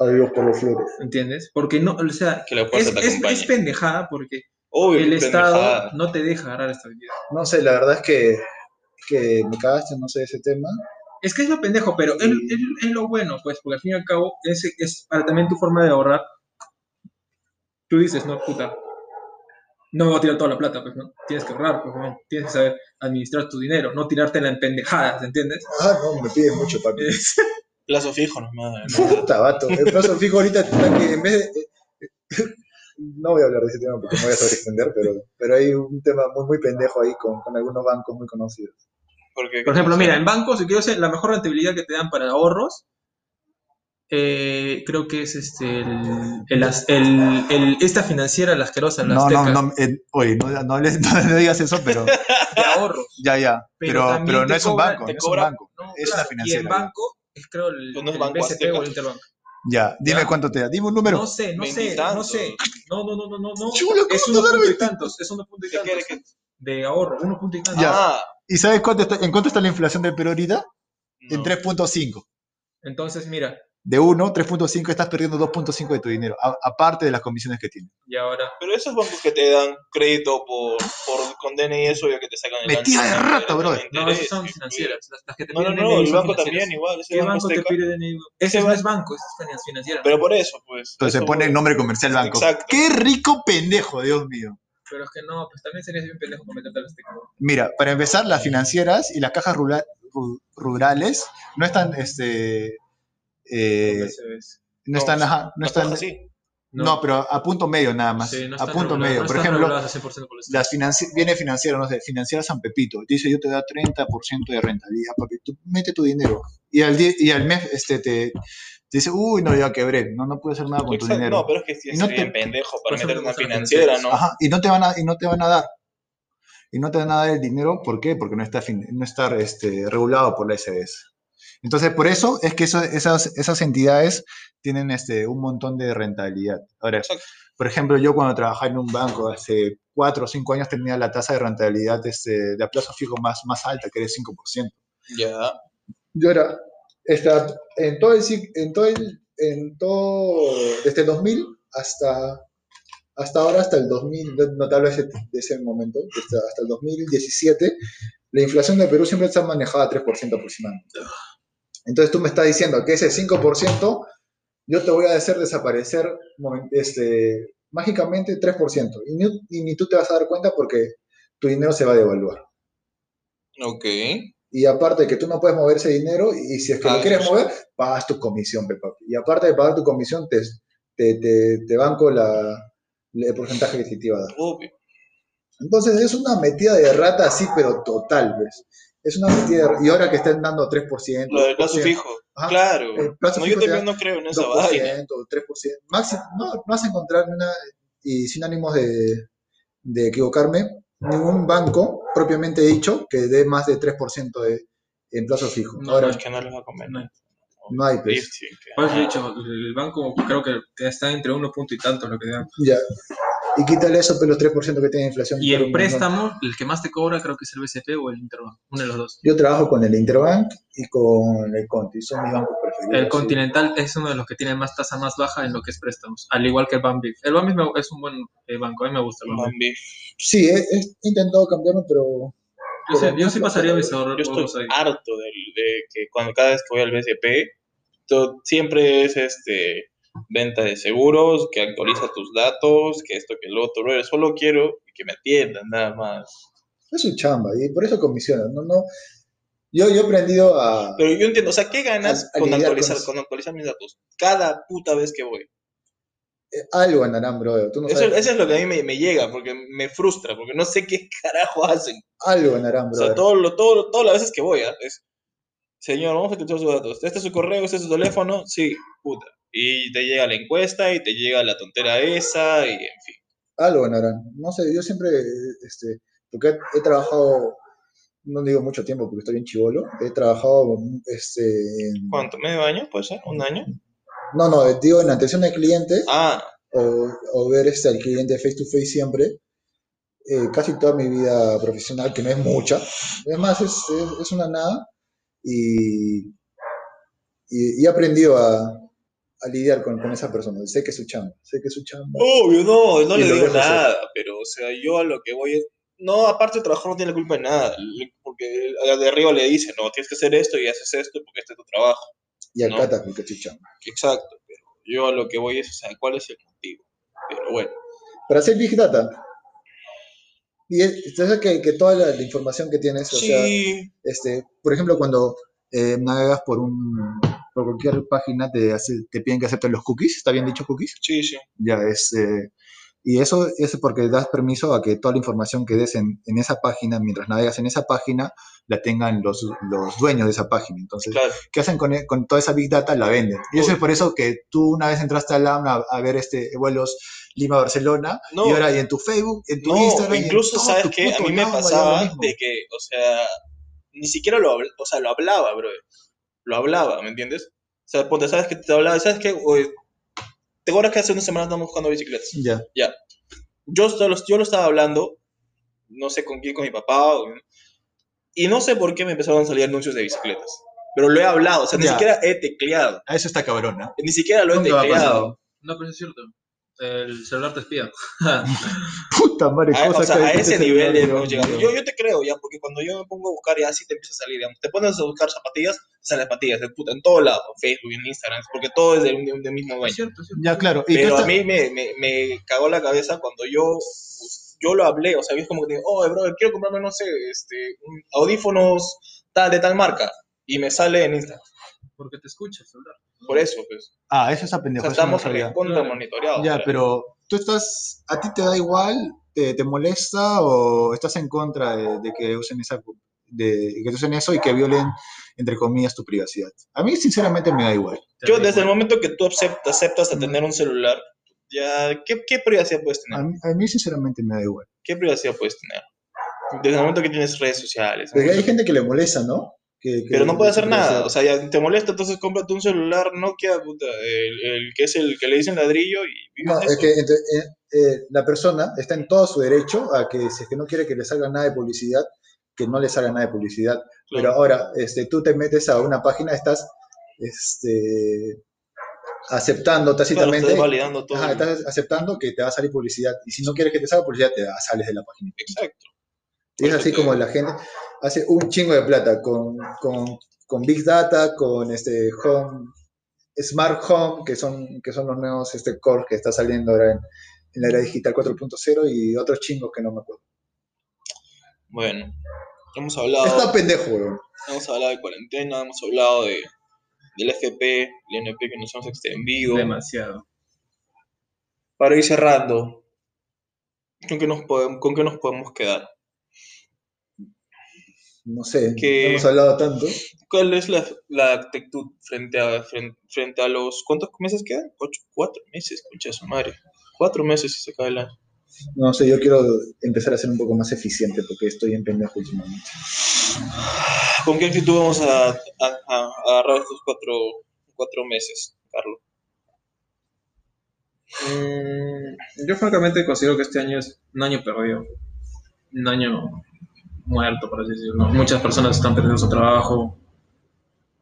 Speaker 2: Adiós por los flores.
Speaker 3: entiendes porque no o sea
Speaker 1: Que la
Speaker 3: es,
Speaker 1: fuerza te
Speaker 3: es-
Speaker 1: acompañe.
Speaker 3: es pendejada porque
Speaker 1: Obvio,
Speaker 3: el
Speaker 1: qué
Speaker 3: Estado
Speaker 1: pendejada.
Speaker 3: no te deja agarrar estabilidad.
Speaker 2: No sé, la verdad es que, que me cagaste, no sé, ese tema.
Speaker 3: Es que es lo pendejo, pero es, es, es lo bueno, pues, porque al fin y al cabo es, es para también tu forma de ahorrar. Tú dices, no, puta, no me voy a tirar toda la plata, pues, ¿no? Tienes que ahorrar, pues, ¿no? Tienes que saber administrar tu dinero, no tirártela en pendejadas, ¿entiendes?
Speaker 2: Ah, no, me pides mucho, papi.
Speaker 3: Es-
Speaker 1: Plazo fijo nomás. ¿no?
Speaker 2: Puta, vato. El plazo fijo ahorita está que en vez de... eh, *laughs* No voy a hablar de ese tema porque me voy a sobreextender, pero, pero hay un tema muy, muy pendejo ahí con, con algunos bancos muy conocidos.
Speaker 1: Porque,
Speaker 3: Por ejemplo, mira, en bancos, si quiero hacer la mejor rentabilidad que te dan para ahorros, eh, creo que es este, el, el as- el- el- esta financiera, la asquerosa, la azteca,
Speaker 2: oye, no, *laughs* no, digas eso, pero
Speaker 3: de ahorros.
Speaker 2: ya, ya.
Speaker 3: *laughs* Pero Pero- también pero no te es un cobran- banco,
Speaker 1: te no es un cobran-
Speaker 2: banco.
Speaker 3: No,
Speaker 2: Es una financiera,
Speaker 3: Y en
Speaker 2: ya.
Speaker 3: banco es creo el,
Speaker 1: Pues no es
Speaker 3: el
Speaker 1: Banco
Speaker 3: BCP o
Speaker 1: Azteca.
Speaker 3: el Interbanco.
Speaker 2: Ya,
Speaker 3: dime Ya.
Speaker 2: cuánto te da. Dime un
Speaker 3: no sé, no sé, no
Speaker 1: veintitantos.
Speaker 3: sé. No, no, no, no, no. no.
Speaker 2: Chulo, ¿cómo
Speaker 3: es
Speaker 2: te
Speaker 3: uno
Speaker 2: dan
Speaker 3: punto y
Speaker 2: veinti-
Speaker 3: tantos, es uno punto y
Speaker 1: ¿Qué
Speaker 3: tantos.
Speaker 1: quiere que-
Speaker 3: De ahorro, uno punto y tantos.
Speaker 2: Ya.
Speaker 1: Ah,
Speaker 2: ¿Y sabes cuánto está, en cuánto está la inflación del Perú ahorita?
Speaker 1: no.
Speaker 2: 3.5.
Speaker 3: Entonces, mira,
Speaker 2: De 1, 3.5 estás perdiendo 2.5 de tu dinero, a- aparte de las comisiones que tienes.
Speaker 3: y ahora.
Speaker 1: Pero esos bancos que te dan crédito por, por con DNI, eso ya que te sacan el
Speaker 2: Mentira de
Speaker 1: ancho,
Speaker 2: rata, brother.
Speaker 1: interés,
Speaker 3: No, esas son
Speaker 1: que-
Speaker 3: financieras. Las, las que te
Speaker 1: Eh, No, no,
Speaker 3: piden
Speaker 1: no,
Speaker 3: DNI
Speaker 1: el
Speaker 3: son
Speaker 1: banco
Speaker 3: financieras.
Speaker 1: también igual. Ese
Speaker 3: ¿Qué
Speaker 1: banco
Speaker 3: banco te
Speaker 1: Azteca.
Speaker 3: pide DNI? Ese no es banco, esa es finan- financiera.
Speaker 1: Pero por eso, pues.
Speaker 2: Entonces
Speaker 1: eso-
Speaker 2: se pone el nombre comercial banco.
Speaker 1: Exacto.
Speaker 2: ¡Qué rico pendejo, Dios mío!
Speaker 3: Pero es que no, pues también serías bien pendejo por meterte a las teclas.
Speaker 2: Mira, para empezar, las financieras y las cajas rura- ru- rurales no están, este, eh, no
Speaker 1: No,
Speaker 2: están, ajá, no
Speaker 1: las
Speaker 2: están,
Speaker 1: cosas así.
Speaker 2: no, pero a punto medio nada más,
Speaker 3: Sí, no
Speaker 2: a
Speaker 3: están
Speaker 2: punto
Speaker 3: reguladas,
Speaker 2: medio.
Speaker 3: no
Speaker 2: Por
Speaker 3: están
Speaker 2: ejemplo,
Speaker 3: reguladas al 100% por el Estado.
Speaker 2: las financi- viene financiero, no sé, financiera San Pepito, te dice yo te da 30% de renta, y ya, papi, tú mete tu dinero. Y al, die- y al mes este, te, te dice, uy, no, ya quebré, no, no puedo hacer nada con tu
Speaker 1: Exacto,
Speaker 2: dinero.
Speaker 1: No, pero es que si
Speaker 2: Y no
Speaker 1: es bien
Speaker 2: te-
Speaker 1: pendejo
Speaker 3: por
Speaker 1: para
Speaker 3: eso
Speaker 1: meter
Speaker 3: me
Speaker 1: una
Speaker 3: gustan las
Speaker 1: financiera, ¿no?
Speaker 2: Pues, Ajá, y no te van a, y no te van a dar. Y no te van a dar el dinero, ¿por qué? Porque no está, fin- no está este, regulado por la SDS. Entonces, por eso es que eso- esas, esas entidades tienen este, un montón de rentabilidad. Ahora,
Speaker 1: Exacto.
Speaker 2: por ejemplo, yo cuando trabajaba en un banco hace cuatro o cinco años tenía la tasa de rentabilidad este, de a plazo fijo más, más alta, que era el 5%.
Speaker 1: Ya.
Speaker 2: Y ahora, esta, en todo el, cic- en todo el, en todo, desde el 2000 hasta, hasta ahora, hasta el 2000, notable ese, de ese momento, hasta, hasta el 2017, la inflación de Perú siempre se ha manejado a 3% aproximadamente. Entonces tú me estás diciendo que ese 5%, yo te voy a hacer desaparecer momen- este, mágicamente 3%. Y ni, y ni tú te vas a dar cuenta porque tu dinero se va a devaluar.
Speaker 1: Ok.
Speaker 2: Y aparte que tú no puedes mover ese dinero y si es que
Speaker 1: Ah,
Speaker 2: lo quieres
Speaker 1: eso.
Speaker 2: mover, pagas tu comisión, pe, papi. Y aparte de pagar tu comisión, te, te, te, te banco la, el porcentaje que te iba a dar.
Speaker 1: Obvio.
Speaker 2: Entonces es una metida de rata así, pero total, ¿ves? Es una metida de rata. Y ahora que están dando 3%,
Speaker 1: Lo del plazo
Speaker 2: 2%,
Speaker 1: fijo.
Speaker 2: Ajá.
Speaker 1: Claro.
Speaker 2: El plazo
Speaker 1: no,
Speaker 2: fijo
Speaker 1: yo
Speaker 2: te
Speaker 1: también
Speaker 2: da
Speaker 1: no creo en esa
Speaker 2: 2%,
Speaker 1: vaina.
Speaker 2: 3%, máximo, no, no vas a encontrar una, y sin ánimos de, de equivocarme, ningún banco propiamente dicho que dé más de 3% de, en plazo fijo.
Speaker 3: No,
Speaker 2: Ahora,
Speaker 1: Es que no les va a comer.
Speaker 3: No.
Speaker 2: no hay,
Speaker 1: Sí,
Speaker 2: pues.
Speaker 1: sí, que-
Speaker 3: Por eso he dicho, el banco creo que está entre uno punto y tanto lo que dan.
Speaker 2: Ya. Y quítale eso, pues, los 3% que tiene de inflación.
Speaker 3: Y el
Speaker 2: Pero, no.
Speaker 3: préstamo, el que más te cobra creo que es el BCP o el Interbank, uno de los dos.
Speaker 2: Yo trabajo con el Interbank y con el Conti, son mis bancos preferidos.
Speaker 3: El
Speaker 2: sí.
Speaker 3: Continental es uno de los que tiene más tasa más baja en lo que es préstamos, al igual que el Bambi. El Bambi me- es un buen eh, banco, a mí me gusta el Bambi.
Speaker 1: Bambi.
Speaker 2: Sí, he, he intentado cambiarlo, pero
Speaker 3: Yo, sí- yo sí pasaría mis
Speaker 1: Yo estoy
Speaker 3: ahorros ahí.
Speaker 1: harto del- de, que cuando cada vez que voy al BCP, to- siempre es este venta de seguros, que actualiza tus datos, que esto, que el otro. bro, Solo quiero que me atiendan, nada más.
Speaker 2: es su chamba y por eso comisiona. No, no. Yo, yo he aprendido a...
Speaker 1: Pero yo entiendo, o sea, ¿qué ganas
Speaker 2: A- a
Speaker 1: con
Speaker 2: lidiar
Speaker 1: actualizar,
Speaker 2: con eso.
Speaker 1: con actualizar mis datos? Cada puta vez que voy.
Speaker 2: eh, algo ganarán, brother. Tú no
Speaker 1: Eso,
Speaker 2: sabes.
Speaker 1: eso es lo que a mí me, me llega, porque me frustra, porque no sé qué *laughs* carajo hacen.
Speaker 2: Algo ganarán,
Speaker 1: O sea,
Speaker 2: brother.
Speaker 1: todo lo, todo, lo- todas las veces que voy, ¿ah? es, señor, vamos a actualizar sus datos. ¿Este es su correo? ¿Este es su teléfono? Sí, puta. Y te llega la encuesta y te llega la tontera esa y en fin.
Speaker 2: Algo ganarán. No sé, yo siempre, este, porque he, he trabajado, no digo mucho tiempo porque estoy bien chivolo, he trabajado, este, en-
Speaker 1: ¿Cuánto? ¿Medio año? ¿Puede ser? ¿Un año?
Speaker 2: no, no, digo en atención al cliente,
Speaker 1: Ah,
Speaker 2: o, o ver este, al cliente face to face siempre, eh, casi toda mi vida profesional, que no es mucha, es más, es, es- es una nada, y, y, y he aprendido a, a lidiar con, con esa persona, sé que es su chamba, sé que es su chamba.
Speaker 1: obvio, no, no
Speaker 2: Y
Speaker 1: le
Speaker 2: lo
Speaker 1: digo
Speaker 2: dejo hacer.
Speaker 1: nada, pero o sea, yo a lo que voy es. No, aparte el trabajador no tiene la culpa de nada, le- porque al de arriba le dice, no, tienes que hacer esto y haces esto porque este es tu trabajo.
Speaker 2: Y
Speaker 1: ¿no?
Speaker 2: acata con que es su chamba.
Speaker 1: Exacto, pero yo a lo que voy es, o sea, ¿cuál es el motivo? Pero bueno,
Speaker 2: Para hacer Big Data. Y es, entonces que, que toda la, la información que tienes, o sea,
Speaker 1: sí,
Speaker 2: este, por ejemplo, cuando eh, navegas por un por cualquier página te, hace- te piden que acepten los cookies, ¿está bien dicho cookies?
Speaker 1: sí, sí.
Speaker 2: Ya es eh, y eso es porque das permiso a que toda la información que des en, en esa página, mientras navegas en esa página, la tengan los, los dueños de esa página. Entonces,
Speaker 1: Claro.
Speaker 2: ¿qué hacen con, e- con toda esa big data? La venden. Y eso
Speaker 1: Uy.
Speaker 2: es por eso que tú una vez entraste a LAM a, a ver este vuelos Lima-Barcelona,
Speaker 1: No.
Speaker 2: y ahora y en tu Facebook, en tu
Speaker 1: No,
Speaker 2: Instagram, y en
Speaker 1: incluso
Speaker 2: todo
Speaker 1: sabes
Speaker 2: tu
Speaker 1: que a
Speaker 2: puto
Speaker 1: mí me
Speaker 2: lado, ya
Speaker 1: pasaba
Speaker 2: lo mismo.
Speaker 1: de que, o sea, ni siquiera lo, habl- o sea, lo hablaba, bro. Lo hablaba, ¿me entiendes? O sea, ponte, sabes que te hablaba, sabes que, Oye, te acuerdas que hace una semana estamos buscando bicicletas.
Speaker 2: Ya.
Speaker 1: Yo, solo- yo lo estaba hablando, no sé con quién, con mi papá, o- y no sé por qué me empezaron a salir anuncios de bicicletas. Pero lo he hablado, o sea, ni
Speaker 2: Ya.
Speaker 1: siquiera he tecleado,
Speaker 2: A eso está cabrón, ¿ah?
Speaker 1: ni siquiera lo he
Speaker 3: Nunca me ha
Speaker 1: tecleado.
Speaker 3: pasado. No, pero eso es cierto. El celular te espía.
Speaker 2: Puta madre,
Speaker 1: A,
Speaker 2: cosa
Speaker 1: o sea,
Speaker 2: que-
Speaker 1: a
Speaker 2: que
Speaker 1: ese
Speaker 2: te-
Speaker 1: nivel
Speaker 2: Dios
Speaker 1: hemos
Speaker 2: mío.
Speaker 1: llegado. Yo, yo te creo ya, porque cuando yo me pongo a buscar ya así te empieza a salir, digamos, te pones a buscar zapatillas, te salen zapatillas de puta en todo lado, en Facebook, en Instagram, porque todo es del de, de mismo
Speaker 3: Es
Speaker 1: dueño.
Speaker 3: cierto, es cierto.
Speaker 2: Ya, claro. Y tú
Speaker 1: Pero a
Speaker 2: estás-
Speaker 1: mí me, me, me cagó la cabeza cuando yo, yo lo hablé, o sea, yo es como que digo, oh, brother, quiero comprarme, no sé, este, un- audífonos tal, de tal marca, y me sale en Instagram,
Speaker 3: Porque te escucha el celular.
Speaker 1: por eso, pues.
Speaker 2: Ah, eso está
Speaker 1: O
Speaker 2: pendejo.
Speaker 1: sea,
Speaker 2: eso no lo
Speaker 1: estamos
Speaker 2: sabía.
Speaker 1: contra monitoreados.
Speaker 2: Ya, pero tú estás, a ti te da igual, te, te molesta o estás en contra de, de que usen esa, de que usen eso y que violen entre comillas tu privacidad. A mí sinceramente me da igual.
Speaker 3: Te
Speaker 1: Yo
Speaker 3: da
Speaker 1: desde el
Speaker 3: igual.
Speaker 1: momento que tú aceptas, aceptas a tener un celular, ya, ¿qué, qué privacidad puedes tener?
Speaker 2: A mí, a mí, sinceramente me da igual. Ah.
Speaker 1: ¿qué privacidad puedes tener? Desde el momento que tienes redes sociales.
Speaker 2: Porque
Speaker 1: ¿no?
Speaker 2: hay gente que le molesta, ¿no? que- que-
Speaker 1: Pero no puede hacer
Speaker 2: que
Speaker 1: nada.
Speaker 2: sea.
Speaker 1: O sea, ya te molesta, entonces cómprate un celular Nokia, puta, el, el que es el que le dicen ladrillo y vive
Speaker 2: No,
Speaker 1: de
Speaker 2: es
Speaker 1: eso.
Speaker 2: que ente- eh, eh, la persona está en todo su derecho a que si es que no quiere que le salga nada de publicidad, que no le salga nada de publicidad. Pero
Speaker 1: Claro.
Speaker 2: ahora, este, tú te metes a una página, estás este, aceptando
Speaker 1: Claro,
Speaker 2: tácitamente,
Speaker 1: estás validando todo.
Speaker 2: ajá, estás aceptando que te va a salir publicidad. Y si no quieres que te salga publicidad, te vas- sales de la página.
Speaker 1: Exacto.
Speaker 2: Y
Speaker 1: Por
Speaker 2: es
Speaker 1: eso
Speaker 2: así
Speaker 1: te
Speaker 2: como
Speaker 1: digo.
Speaker 2: la gente hace un chingo de plata con, con, con Big Data, con este Home, Smart Home, que son, que son los nuevos este, core que está saliendo ahora en, en la era digital 4.0 y otros chingos que no me acuerdo.
Speaker 1: Bueno, hemos hablado.
Speaker 2: Está pendejo, weón.
Speaker 1: Hemos hablado de cuarentena, hemos hablado de, del FP, el INP que nos hemos extendido.
Speaker 3: Demasiado.
Speaker 1: Para ir cerrando, ¿con qué nos podemos, con qué nos podemos quedar?
Speaker 2: No sé,
Speaker 1: Que-
Speaker 2: no hemos hablado tanto.
Speaker 1: ¿Cuál es la, la actitud frente a, frente, frente a los... ¿Cuántos meses quedan? Ocho, cuatro meses, escucha su madre. Cuatro meses y se acaba el año.
Speaker 2: No sé, yo quiero empezar a ser un poco más eficiente porque estoy en pendejo últimamente.
Speaker 1: Ah, ¿Con qué actitud vamos a, a- a- a agarrar estos cuatro, cuatro meses, Carlos?
Speaker 3: Mm, yo francamente considero que este año es un año perdido, un año muerto, por así decirlo. Muchas personas están perdiendo su trabajo,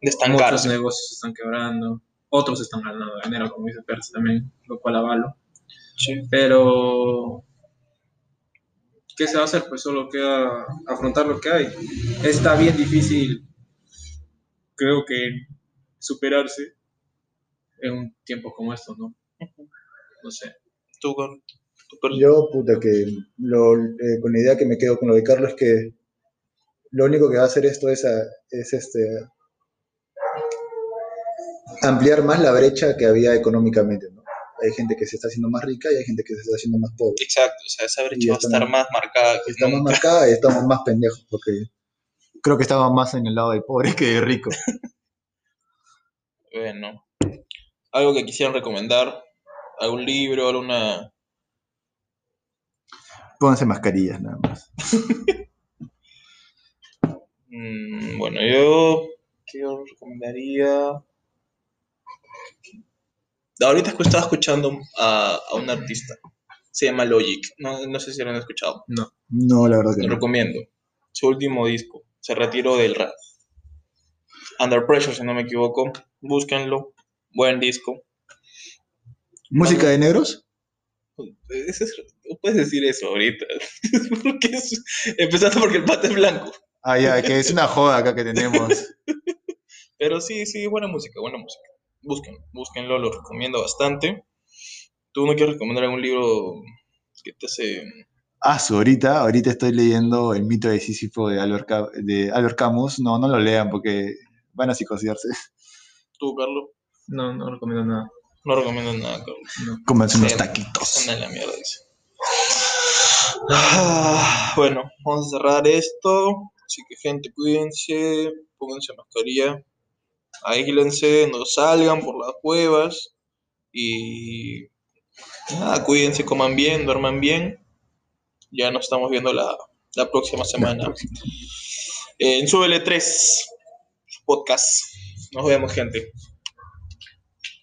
Speaker 1: De estancar.
Speaker 3: muchos negocios se están quebrando, otros están ganando dinero, como dice Percy también, lo cual avalo.
Speaker 1: Sí.
Speaker 3: Pero, ¿qué se va a hacer? Pues solo queda afrontar lo que hay. Está bien difícil, creo que, superarse en un tiempo como estos, ¿no? No sé.
Speaker 1: Tú, Carlos, tú, Carlos.
Speaker 2: Yo, puta, que lo- eh, con la idea que me quedo con lo de Carlos es que lo único que va a hacer esto es, a- es este, ampliar más la brecha que había económicamente. ¿no? Hay gente que se está haciendo más rica y hay gente que se está haciendo más pobre.
Speaker 1: Exacto, o sea, esa brecha
Speaker 2: Y
Speaker 1: va a estar
Speaker 2: estamos-
Speaker 1: más marcada que
Speaker 2: Estamos
Speaker 1: nunca.
Speaker 2: más acá y estamos más pendejos porque creo que estamos más en el lado de pobre que de rico.
Speaker 1: Bueno, algo que quisieran recomendar, algún libro, alguna...
Speaker 2: Pónganse mascarillas nada más.
Speaker 1: Mm, bueno, yo, ¿qué os recomendaría? Ahorita escu- estaba escuchando a, a un artista, se llama Logic, no, no sé si lo han escuchado,
Speaker 2: No, la verdad que
Speaker 1: lo
Speaker 2: no.
Speaker 1: recomiendo. Su último disco, se retiró del rap. Under Pressure, si no me equivoco, búsquenlo, buen disco.
Speaker 2: ¿Música de negros?
Speaker 1: Ese es- no puedes decir eso ahorita. *laughs* Porque es- empezando porque el pata es blanco.
Speaker 2: Ah, ya, que es una joda acá que tenemos.
Speaker 1: Pero sí, sí, buena música, buena música. Búsquenlo, búsquenlo, lo recomiendo bastante. ¿Tú no quieres recomendar algún libro que te hace...
Speaker 2: Ah, su, ahorita, ahorita estoy leyendo El mito de Sísifo de Albert, Ca- de Albert Camus. No, no lo lean porque van a psicosearse.
Speaker 1: Tú, Carlos,
Speaker 3: No, no recomiendo nada.
Speaker 1: no recomiendas nada, Carlos.
Speaker 2: Cómanse unos
Speaker 1: Sí.
Speaker 2: taquitos.
Speaker 1: Anda en la mierda, dice. Ah, Bueno, vamos a cerrar esto. Así que, gente, cuídense, pónganse mascarilla, aíslense, no salgan por las cuevas y nada, cuídense, coman bien, duerman bien. Ya nos estamos viendo la, la próxima semana. En Súbele 3, podcast. Nos vemos, gente.